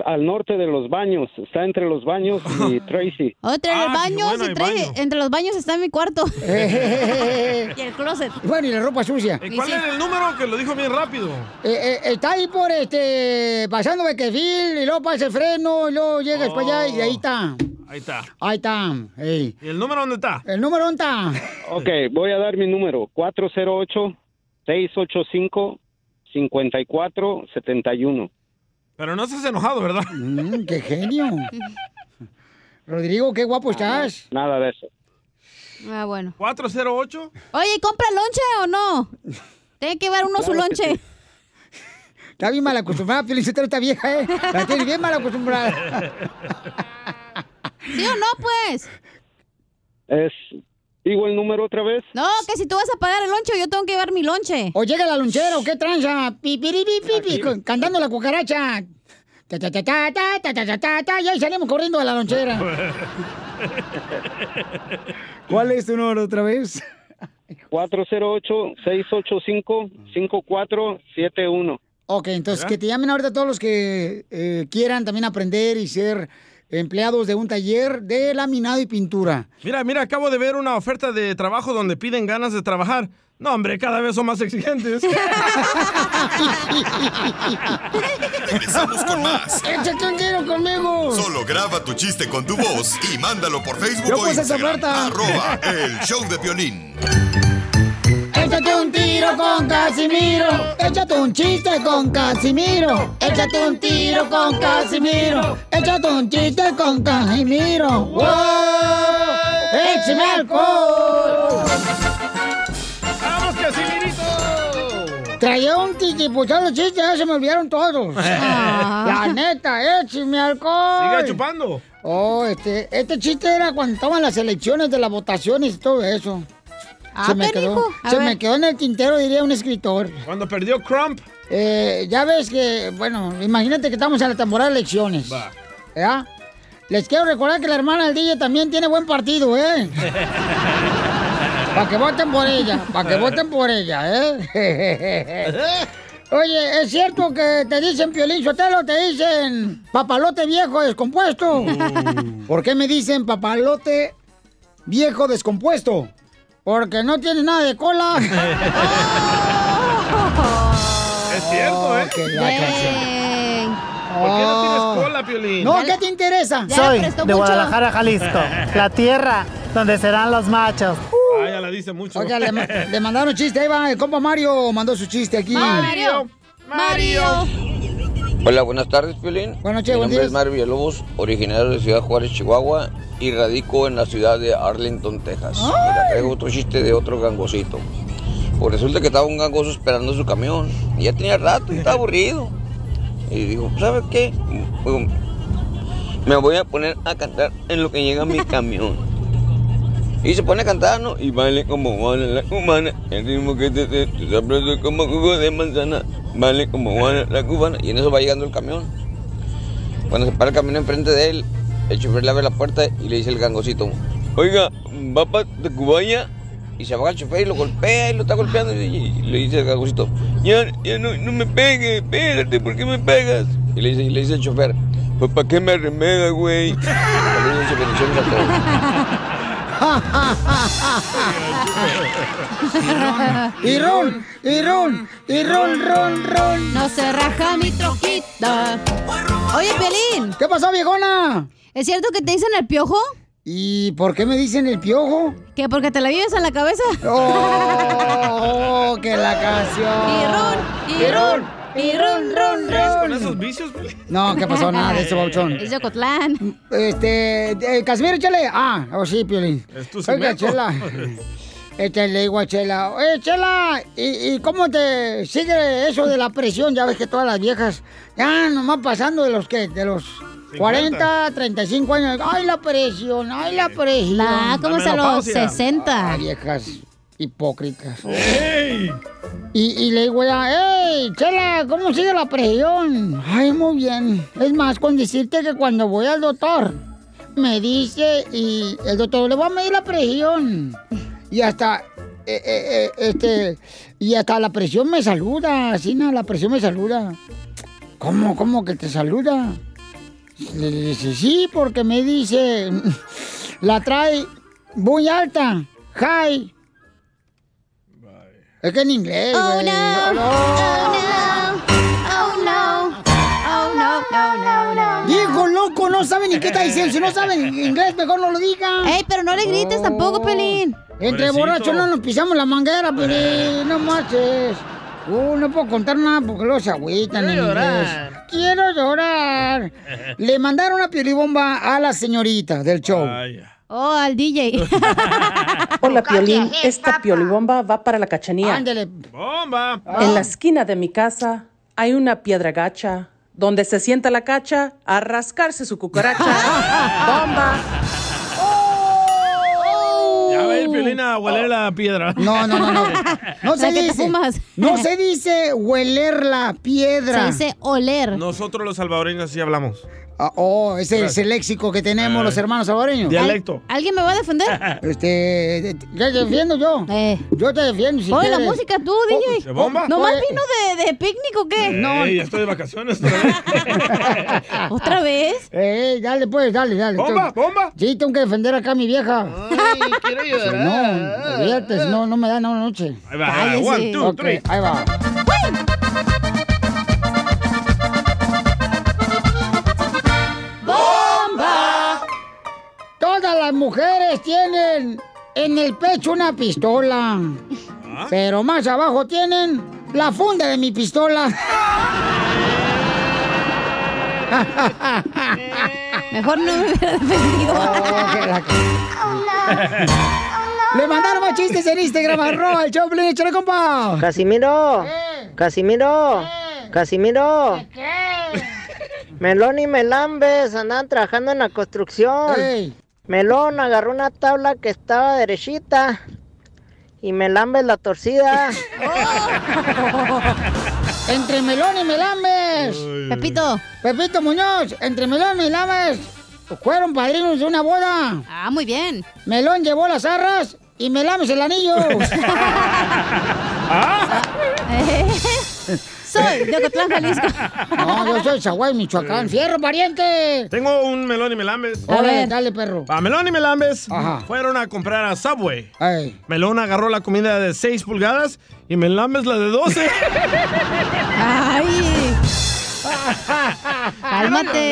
Al norte de los baños, está entre los baños
[LAUGHS]
y Tracy.
Ah,
Otra en el baño, se trae- entre los baños está mi cuarto.
[LAUGHS]
y el closet.
Bueno, y la ropa sucia.
¿Y cuál era el número que lo dijo bien rápido?
Eh, eh, está ahí por este. Pasando Bequefil, y luego pasa el freno, y luego llegas para allá y ahí está.
Ahí está.
Ahí está. ey.
¿Y el número dónde está?
El número dónde está.
Ok, voy a dar mi número, 408-685-5471.
Pero no estás enojado, ¿verdad?
qué genio. Rodrigo, qué guapo estás.
Nada de eso.
Ah, bueno.
408.
Oye, ¿y ¿compra lonche o no? Tiene que llevar uno su
Claro que
lonche.
Está bien mal acostumbrada, Felicitero, esta vieja, ¿eh? La tiene bien mal acostumbrada.
¿Sí o no, pues?
Es, digo el número otra vez.
No, que si tú vas a pagar el lonche, yo tengo que llevar mi lonche.
O llega la lonchera, o qué tranza. Pipiripipipi, con- cantando la cucaracha. Ta, ta, ta, ta, ta, ta, ta, ta, ta, ta, y ahí salimos corriendo a la lonchera. ¿Cuál es tu número otra
[LAUGHS]
vez?
408-685-5471.
Ok, entonces que te llamen ahorita todos los que eh, quieran también aprender y ser empleados de un taller de laminado y pintura.
[LAUGHS] Mira, mira, acabo de ver una oferta de trabajo donde piden ganas de trabajar. No, hombre, cada vez son más
[LAUGHS]
exigentes.
Regresamos con más.
¡Échate un tiro conmigo!
Solo graba tu chiste con tu voz y mándalo por Facebook
Yo
o
puse esa
Instagram.
oferta.
Arroba el show de violín.
Échate un tiro con Casimiro. Échate un chiste con Casimiro. Échate un tiro con Casimiro. Échate un chiste con Casimiro. ¡Wow! ¡Échame alcohol!
¡Vamos,
[LAUGHS]
Casimirito!
Traía un tiquipuchado los chistes, ya se me
[LAUGHS]
olvidaron todos. La neta, échame alcohol.
Siga chupando.
Oh, este, este chiste era cuando estaban las elecciones de las votaciones y todo eso.
Ah,
se me
canijo.
quedó,
A
se
ver.
me quedó en el tintero, diría un escritor.
Cuando perdió Crump.
Eh, ya ves que, bueno, imagínate que estamos en la temporada de elecciones.
Va.
¿Ya? Les quiero recordar que la hermana del DJ también tiene buen
[LAUGHS]
partido, ¿eh? Para que voten por ella, para que voten por ella,
[LAUGHS]
¿eh? Oye, ¿es cierto que te dicen Piolín Sotelo, te dicen papalote viejo descompuesto?
Mm.
¿Por qué me dicen papalote viejo descompuesto? Porque no tiene nada de cola.
[LAUGHS]
Es cierto, ¿eh?
Oh, qué lacra.
¿Por qué no tienes cola, Piolín?
Oh. No,
[LAUGHS]
¿qué te interesa?
Soy de Guadalajara, Jalisco, la tierra donde serán los machos.
Ah, ya la dice mucho.
Oiga, le, ma-
[LAUGHS]
le mandaron chiste, ahí va, el compa Mario mandó su chiste aquí.
Ah,
Mario,
Mario.
Hola, buenas tardes, Piolín.
Buenas noches,
Mi
buenos
nombre
días.
es Mario Villalobos, originario de Ciudad Juárez, Chihuahua, y radico en la ciudad de Arlington, Texas. Mira, traigo otro chiste de otro gangosito. Pues resulta que estaba un gangoso esperando su camión. Y ya tenía rato y estaba aburrido. Y digo, ¿sabes qué? Digo, Me voy a poner a cantar en lo que llega mi camión. Y se pone a cantar, ¿no? Y vale como vale la cubana, el ritmo que te, te, te aplaude como jugo de manzana, vale como vale la cubana. Y en eso va llegando el camión. Cuando se para el camión enfrente de él, el chofer le abre la puerta y le dice el gangocito, oiga, ¿va para Tacubaya? Y se baja el chofer y lo golpea y lo está golpeando y, y le dice el gangocito, ya, ya no, no me pegues, espérate, ¿por qué me pegas? Y le dice, y le dice el chofer, pues ¿para qué me arremeda, güey? [LAUGHS] Y le dice bendiciones a todos.
Y ron, y ron, y ron, ron, ron.
No se raja mi troquita. Oye, Pelín.
¿Qué pasó, viejona?
¿Es cierto que te dicen el piojo?
¿Y por qué me dicen el piojo?
Que porque te la vives en la cabeza.
Oh, que la canción.
Y ron, y ron, ron,
¿Qué haces con
ron.
esos vicios, Piolín?
No, ¿qué pasó? Nada de eso, Bauchón.
Es de Ocotlán.
Este, eh, Casimiro, chale. Ah, oh sí, Piolín.
Es tu
Oiga,
segmento. [LAUGHS]
chela. Este le digo a Chela, oye Chela, ¿y, y cómo te sigue eso de la presión? Ya ves que todas las viejas, ya nomás pasando de los que, de los 40, 35 años, ay la presión, ay la presión.
Nah, ¿cómo es a los 60?
Ay, viejas Hipócritas.
Eh,
Y, y le digo ella, ¡Ey, Chela, ¿cómo sigue la presión? Ay, muy bien. Es más, con decirte que cuando voy al doctor, me dice y el doctor le va a medir la presión. Y hasta, eh, eh, eh, este, y hasta la presión me saluda, Asina, la presión me saluda. ¿Cómo, cómo que te saluda? Le dice, sí, porque me dice, [LAUGHS] la trae muy alta, high. Es que en inglés,
Oh,
güey.
no.
Oh no, oh no, no, no, no.
Hijo loco, no saben ni qué está diciendo. Si no saben inglés, mejor no lo digan. Oh.
Ey, pero no le grites tampoco, Pelín.
Entre
Pobrecito.
borrachos no nos pisamos la manguera, Pelín. No marches. Uh, no puedo contar nada porque luego se agüitan en
Quiero
inglés.
llorar.
Quiero llorar. Le mandaron una piolibomba a la señorita del show.
Oh, al DJ.
[LAUGHS]
Hola, Piolín. Esta piolibomba va para la cachanía.
Ándale.
¡Bomba!
Ah.
Ah.
En la esquina de mi casa hay una piedra gacha. Donde se sienta la cacha a rascarse su cucaracha. ¡Bomba!
Oh.
Ya ve, Piolina, huele la piedra.
No, no,
[LAUGHS]
no, no. No se dice. No se dice hueler la piedra.
Se dice
oler.
Nosotros los salvadoreños así hablamos.
oh, ese es el léxico que tenemos
Eh.
los hermanos salvadoreños.
Dialecto.
¿Alguien me va a defender? Este, yo te defiendo yo. Yo te defiendo si
Oye, la
quieres.
música tú, DJ.
Oh, ¿De bomba?
¿No más
Oye.
vino de, de picnic o qué?
Ey, Eh, ya estoy de vacaciones. otra vez.
¿Otra vez? Eh, dale pues, dale, dale.
Bomba,
bomba! Sí, tengo que defender acá a mi vieja. Ay, [LAUGHS] quiero
llorar.
No, olvídate, si no, no me dan una noche.
Ahí va, ahí va. One, two,
Ok,
three.
Ahí va.
¡Bomba!
Todas las mujeres tienen en el pecho una pistola.
Ah.
Pero más abajo tienen la funda de mi pistola. [LAUGHS] Mejor no me hubiera defendido. Le mandaron más chistes en
[LAUGHS]
Instagram, arroba el Choplin, échale compa. Eh.
Casimiro, Casimiro, Casimiro. Melón y Melambes andaban trabajando en la construcción. Melón agarró una tabla que estaba derechita y Melambes la torcida.
[LAUGHS] Entre Melón y Melambes. Pepito. Pepito Muñoz, entre Melón y Melambes fueron padrinos de una boda. Ah, muy bien. Melón llevó las arras y Melambes el anillo. [LAUGHS] Eh. soy de Ocotlán, Jalisco. [LAUGHS] No, yo soy Zaguay,
Eh.
Michoacán. ¡Fierro, pariente!
Tengo un melón y melambes.
A ver, dale, perro.
A Melón y Melambes fueron a comprar a Subway. Melón agarró la comida de 6 pulgadas y Melambes la de
[LAUGHS]
12.
Ay. Cálmate.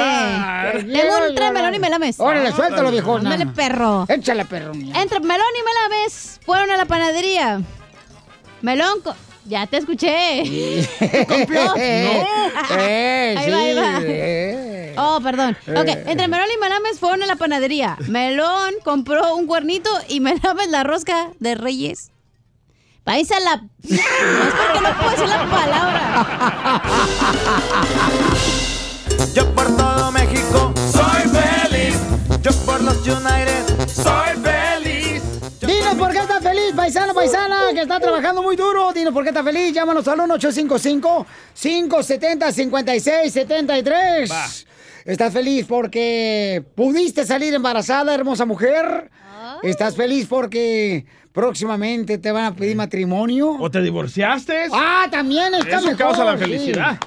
Tengo un
llorar.
tres melón y melames.
Eh, Órale, suéltalo, viejona.
Ándale, perro.
Échale, perro. mía.
Entre melón y melames fueron a la panadería. Melón, co- ya te escuché.
[LAUGHS]
Complot.
No. Eh,
ahí va,
sí,
ahí va.
eh.
Oh, perdón. Ok,
Eh.
entre melón y melames fueron a la panadería. Melón compró un cuernito y melames la rosca de reyes. País a la... No, es porque no puedo decir la palabra.
Yo por todo México soy feliz. Yo por los United soy feliz.
Dinos por qué estás feliz, paisano, paisana, que está trabajando muy duro. Dinos por qué estás feliz. Llámanos al 1-855-570-5673. ¿Estás feliz porque pudiste salir embarazada, hermosa mujer?
Ah.
¿Estás feliz porque próximamente te van a pedir matrimonio?
¿O te divorciaste?
Ah, también está
Eso
mejor,
causa la
sí.
felicidad.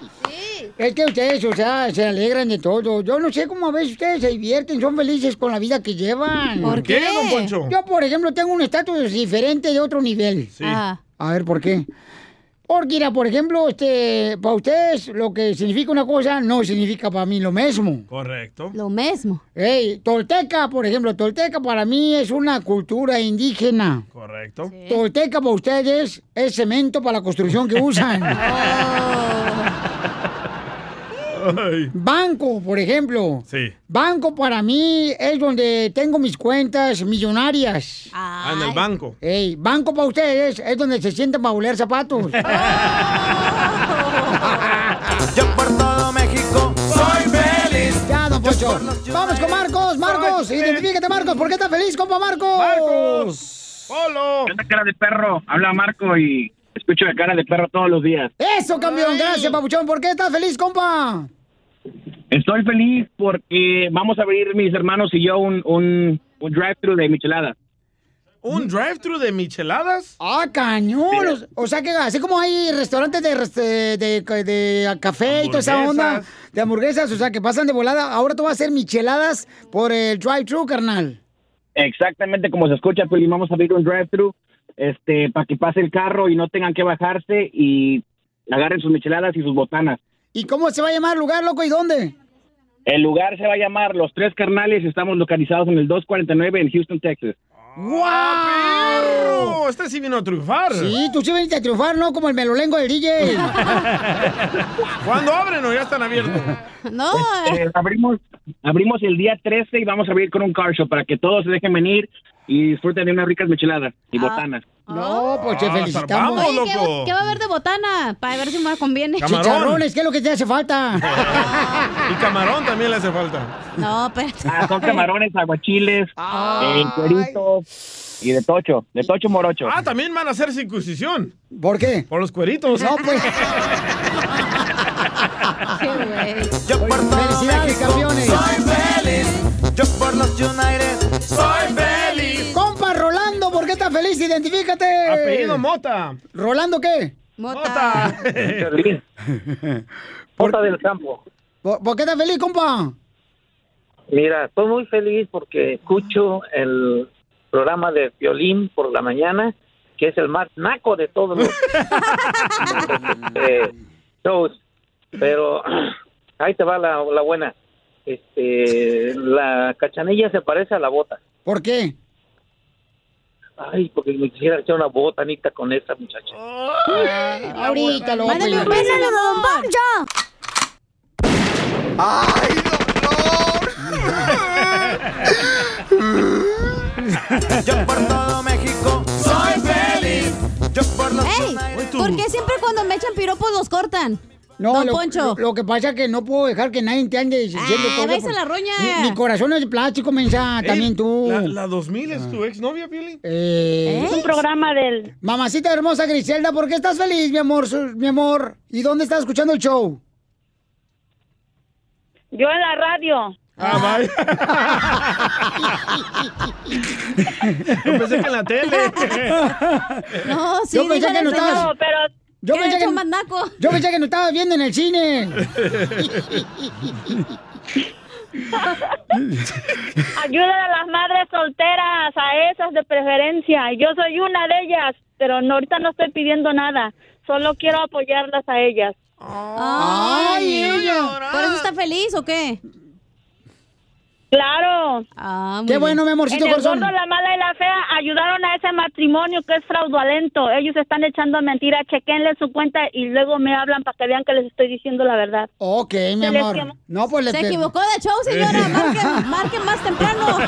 Es que ustedes, o sea, se alegran de todo. Yo no sé cómo a veces ustedes se divierten, son felices con la vida que llevan.
¿Por qué, don Poncho?
Yo, por ejemplo, tengo un estatus diferente de otro nivel.
Sí. Ajá.
A ver, ¿por qué? Porque, mira, por ejemplo, este, para ustedes lo que significa una cosa no significa para mí lo mismo.
Correcto.
Lo mismo. Ey, tolteca, por ejemplo, tolteca para mí es una cultura indígena.
Correcto.
Tolteca para ustedes es cemento para la construcción que
[LAUGHS]
usan. Oh. Banco, por ejemplo.
Sí.
Banco para mí es donde tengo mis cuentas millonarias.
Ah, en el banco.
Ey, banco para ustedes es donde se sientan para oler
[LAUGHS] Oh.
zapatos.
Yo por todo México soy feliz.
Ya, don Pocho. Vamos con Marcos, Marcos. Identifícate, Marcos. ¿Por qué estás feliz, compa Marcos? Marcos.
¡Polo!
cara de perro? Habla Marco y escucho de cara de perro todos los días.
Eso, campeón. Gracias, papuchón. ¿Por qué estás feliz, compa?
Estoy feliz porque vamos a abrir mis hermanos y yo un, un, un drive-thru de michelada.
¿Un drive-thru de micheladas?
Ah, cañón. O- O sea que así como hay restaurantes de, rest- de, de- de café y toda esa onda de hamburguesas, o sea que pasan de volada, ahora tú vas a hacer micheladas por el drive-thru, carnal.
Exactamente como se escucha, Piolín, vamos a abrir un drive-thru este, para que pase el carro y no tengan que bajarse y agarren sus micheladas y sus botanas.
¿Y cómo se va a llamar el lugar, loco, y dónde?
El lugar se va a llamar Los Tres Carnales, estamos localizados en el 249 en Houston, Texas.
¡Wow!
Este sí vino a triunfar.
Sí, tú sí viniste a triunfar, ¿no? Como el melolengo del DJ.
[LAUGHS] ¿Cuándo abren o ya están abiertos?
No.
Este, abrimos, abrimos el día 13 y vamos a abrir con un car show para que todos se dejen venir y disfruten de unas ricas micheladas y botanas.
No, pues te
Ah,
felicitamos.
zarpamos,
Oye, ¿qué, va, qué va a haber de botana? Para ver si me conviene.
Camarón.
Chicharrones, ¿qué es lo que te hace falta?
Y camarón también le hace falta.
[LAUGHS] No, espérate.
Ah, son camarones, aguachiles,
Ah.
eh, cueritos y de tocho, de tocho morocho.
Ah, también van a hacer circuncisión.
¿Por qué?
Por los cueritos.
No,
[LAUGHS]
pues.
Yo
pues,
por
Felicidades, campeones.
Soy feliz. Yo por los United. Soy feliz.
Compa Rolando, ¿por qué estás feliz? Identifícate.
Apellido
Mota.
¿Rolando qué?
Mota.
Porta del campo.
¿Por, por qué estás feliz, compa?
Mira, estoy muy feliz porque escucho el programa de violín por la mañana, que es el más naco de todos los eh, shows. Pero [CLEARS THROAT] ahí te va la, la buena. Este, la cachanilla se parece a la bota.
¿Por qué?
Ay, porque me quisiera echar una botanita con esa muchacha.
Ahorita lo voy
Mándame Ah, un beso, don
Ay,
Yo por todo México soy
[LAUGHS]
feliz. Yo por los
Ey, ¿por qué siempre cuando me echan piropos los cortan?
No,
Don
lo, Lo,
Poncho.
lo que pasa es que no puedo dejar que nadie te ande diciendo
Ah,
cosas,
váyase
pues.
a la roña.
Mi, mi corazón es de plástico, mensa,
Ey,
también tú. Ah.
La, la 2000 es tu exnovia, Pili.
Eh,
Es un programa
del... Mamacita hermosa Griselda, ¿por qué estás feliz, mi amor? su- mi amor? ¿Y dónde estás escuchando el show?
Yo en la radio.
Ah, [LAUGHS] Yo pensé que en la tele. [LAUGHS]
No, sí,
Yo pensé
dígale
que no
al señor.
estabas...
No, pero
Yo
¿qué
pensé,
ha
que,
hecho Mandaco?
yo pensé que no estabas viendo en el cine.
[LAUGHS] Ayuda a las madres solteras, a esas de preferencia. Yo soy una de ellas, pero no, ahorita no estoy pidiendo nada. Solo quiero apoyarlas a ellas.
Ay, ¿Por eso está feliz o qué?
Claro.
Qué bien. bueno, mi amorcito
en el
corazón.
gordo, la mala y la fea ayudaron a ese matrimonio que es fraudulento. Ellos están echando mentiras. Chequenle su cuenta y luego me hablan para que vean que les estoy diciendo la verdad.
Ok, mi
Se les
amor.
quemó.
No, pues le
Se equivocó de show, señora. Marquen, marquen más
[LAUGHS]
temprano.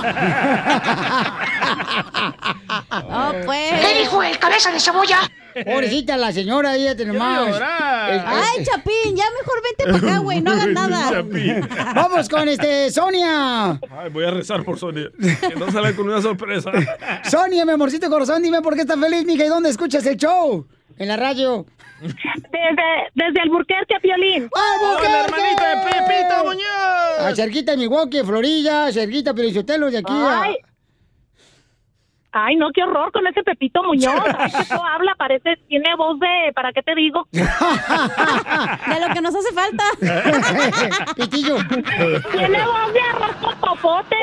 No,
[LAUGHS] pues. ¿Qué dijo el cabeza de cebolla?
Pobrecita la señora, ahí tiene más.
Ay, Chapín, ya mejor vente para acá, güey. No
[LAUGHS]
[LAUGHS]
hagas nada.
Vamos con este, Sonia.
Ay, voy a rezar por Sonia. Que no salga con una
[LAUGHS]
sorpresa.
Sonia, mi amorcito corazón, dime por qué estás feliz, mija, y dónde escuchas el show. En la radio.
Desde, desde Alburquerque, Piolín.
¡Hola,
hermanita de Pepita
Muñoz! A cerquita de Milwaukee, Florida, cerquita de Pelizotelo, de aquí a-
Ay. Ay, no, qué horror con ese Pepito
[LAUGHS]
Muñoz. Ay, que no habla, parece, tiene voz de, ¿para qué te digo? [LAUGHS]
De lo que nos hace
[LAUGHS]
falta.
Pitillo.
Tiene voz de arroz con popote.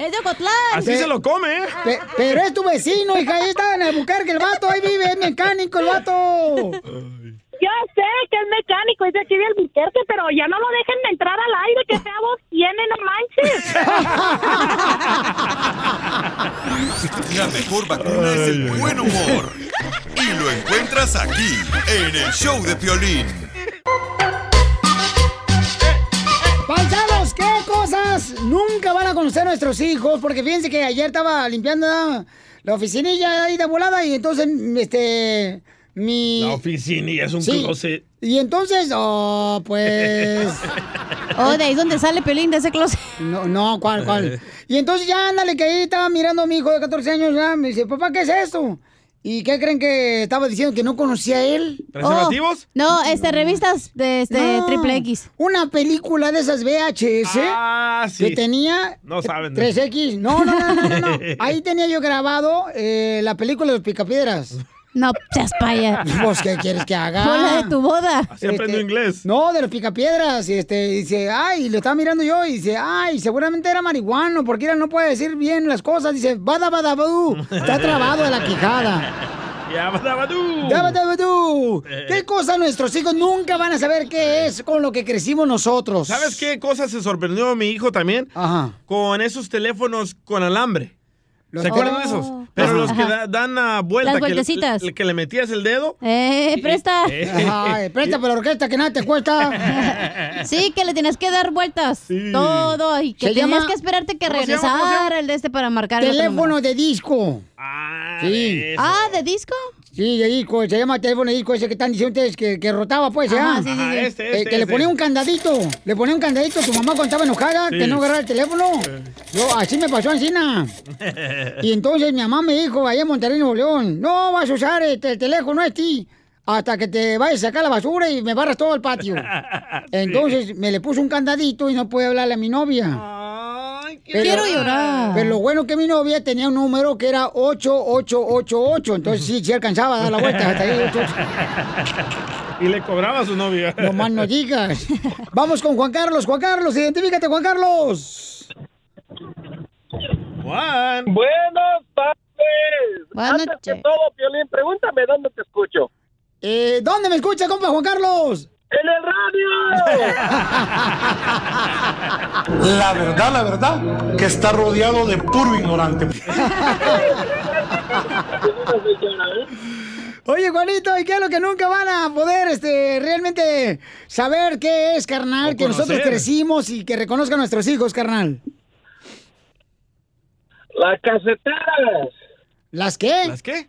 Es de Ocotlán.
Así se lo come, ¿eh?
Pe- pero es tu vecino, hija, ahí está en Albuquerque, el vato, ahí vive, es mecánico el vato.
Yo sé que es mecánico, es de aquí de Albuquerque, pero ya no lo dejen de entrar al aire, que sea voz tiene, no manches.
La mejor vacuna es el buen humor. Y lo encuentras aquí, en el show de Piolín.
Paisanos, ¿qué cosas nunca van a conocer nuestros hijos? Porque fíjense ah, que ayer estaba limpiando la, la oficinilla ahí de volada y entonces, este, mi...
La oficina y es un
Sí.
closet.
Y entonces, oh, pues... Oh, de ahí donde sale Pelín, de ese closet. No, no, cuál, cuál. Y entonces ya, ándale, que ahí estaba mirando a mi hijo de 14 años, ya, me dice, papá, ¿qué es esto? ¿Y qué creen que estaba diciendo? ¿Que no conocía a él?
¿Preservativos?
no, este, revistas de este,
triple X.
Una película de esas VHS
Ah, sí.
que tenía
No saben. de-
3X. No, no, no, no, no, [LAUGHS] no. Ahí tenía yo grabado eh, la película de los Picapiedras. No, seas paya. Pues, ¿qué quieres que haga?
Fue la de
tu boda.
Así aprendió
inglés.
No, de los Picapiedras. Y este, y dice, ay, lo estaba mirando yo. Y dice, ay, seguramente era marihuano, porque él no puede decir bien las cosas. Dice, bada, bada, badú. Está trabado de la quijada.
[LAUGHS] Ya, badabadú.
Daba, daba, du. ¿Qué cosa nuestros hijos nunca van a saber qué es con lo que crecimos nosotros?
¿Sabes qué cosa se sorprendió mi hijo también? Con esos teléfonos con alambre.
Los-
¿Se acuerdan
Oh.
de esos? Pero
Ajá.
los que
Ajá.
da- dan a vuelta.
Las
que le-
vueltecitas.
le- Que, le metías el dedo.
Eh, presta.
Ay, presta para la orquesta que nada te cuesta.
[LAUGHS] Sí, que le tienes que dar vueltas. Todo. Y que
Se
tenías
llama-
que esperarte que
¿Cómo se llama? ¿Cómo se
regresara el de este para marcar el otro
Teléfono
número.
de disco. sí.
eso. Ah, ¿de disco?
Sí, de disco. Se llama teléfono de disco ese que están diciendo ustedes que, que rotaba, pues, ¿ya?
Ajá, sí, sí, sí. Ajá, este,
Eh,
este,
que le
este.
ponía un candadito. Le ponía un candadito. Tu mamá contaba enojada
Sí.
que no agarraba el teléfono. Yo, así me pasó encina. Y entonces mi mamá me dijo, allá en Monterrey, Nuevo León, no vas a usar este, el teléfono este hasta que te vayas a sacar la basura y me barras todo el patio. Entonces me le puso un candadito y no pude hablarle a mi novia.
Quiero llorar.
Pero lo bueno que mi novia tenía un número que era 8888, entonces sí, sí alcanzaba a dar Ah, la vuelta hasta ahí.
[LAUGHS]
88.
y le cobraba a su novia.
[LAUGHS] No más no digas. Vamos con Juan Carlos. Juan Carlos, identifícate, Juan Carlos.
Juan.
Buenas tardes. Antes que todo, Piolín, pregúntame dónde te escucho.
Eh, ¿Dónde me escucha, compa Juan Carlos?
En el
radio.
La verdad, la verdad, que está rodeado de puro ignorante.
[LAUGHS] Oye, Juanito, ¿y qué es lo que nunca van a poder este, realmente saber qué es, carnal?
O
que nosotros
conocer.
crecimos y que reconozcan nuestros hijos, carnal.
Las caseteras.
¿Las qué?
¿Las
qué?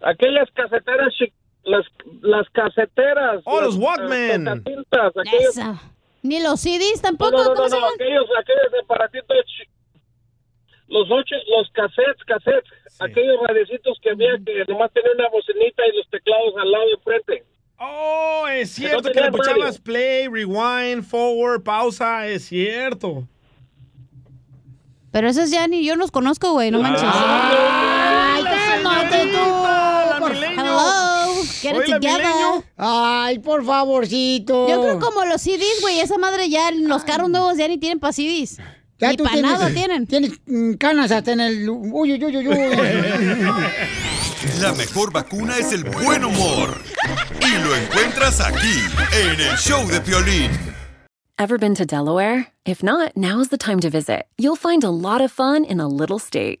Aquellas caseteras, chi- las, las caseteras.
Oh, los
las,
Walkman.
las tocatintas, pues aquellos-
Esa. Ni los
No,
CDs tampoco.
no, no,
¿Cómo
no,
se
no,
llaman?
aquellos, aquellos aparatitos, chi- los ocho, los cassettes, cassettes, aquellos radiecitos que había que nomás tenían una bocinita y los teclados al lado de frente.
Oh, es cierto que
tenía
le puchabas
radio.
play, rewind, forward, pausa. Es cierto.
Pero esos ya ni yo los conozco, güey.
Ah.
No manches.
¡Ay, cálmate tú! por-
Hello, get it together.
Ay, por favorcito.
Yo creo como los CDs, güey, esa madre ya, los carros nuevos ya ni tienen pa' CDs.
Ya
ni
tú
pa'
tienes,
nada tienen.
Tienes mm, canas hasta en el... Uy, uy, uy,
[LAUGHS]
uy, uy.
La mejor vacuna es el buen humor. Y lo encuentras aquí, en el show de Piolín.
Ever been to Delaware? If not, now is the time to visit. You'll find a lot of fun in a little state.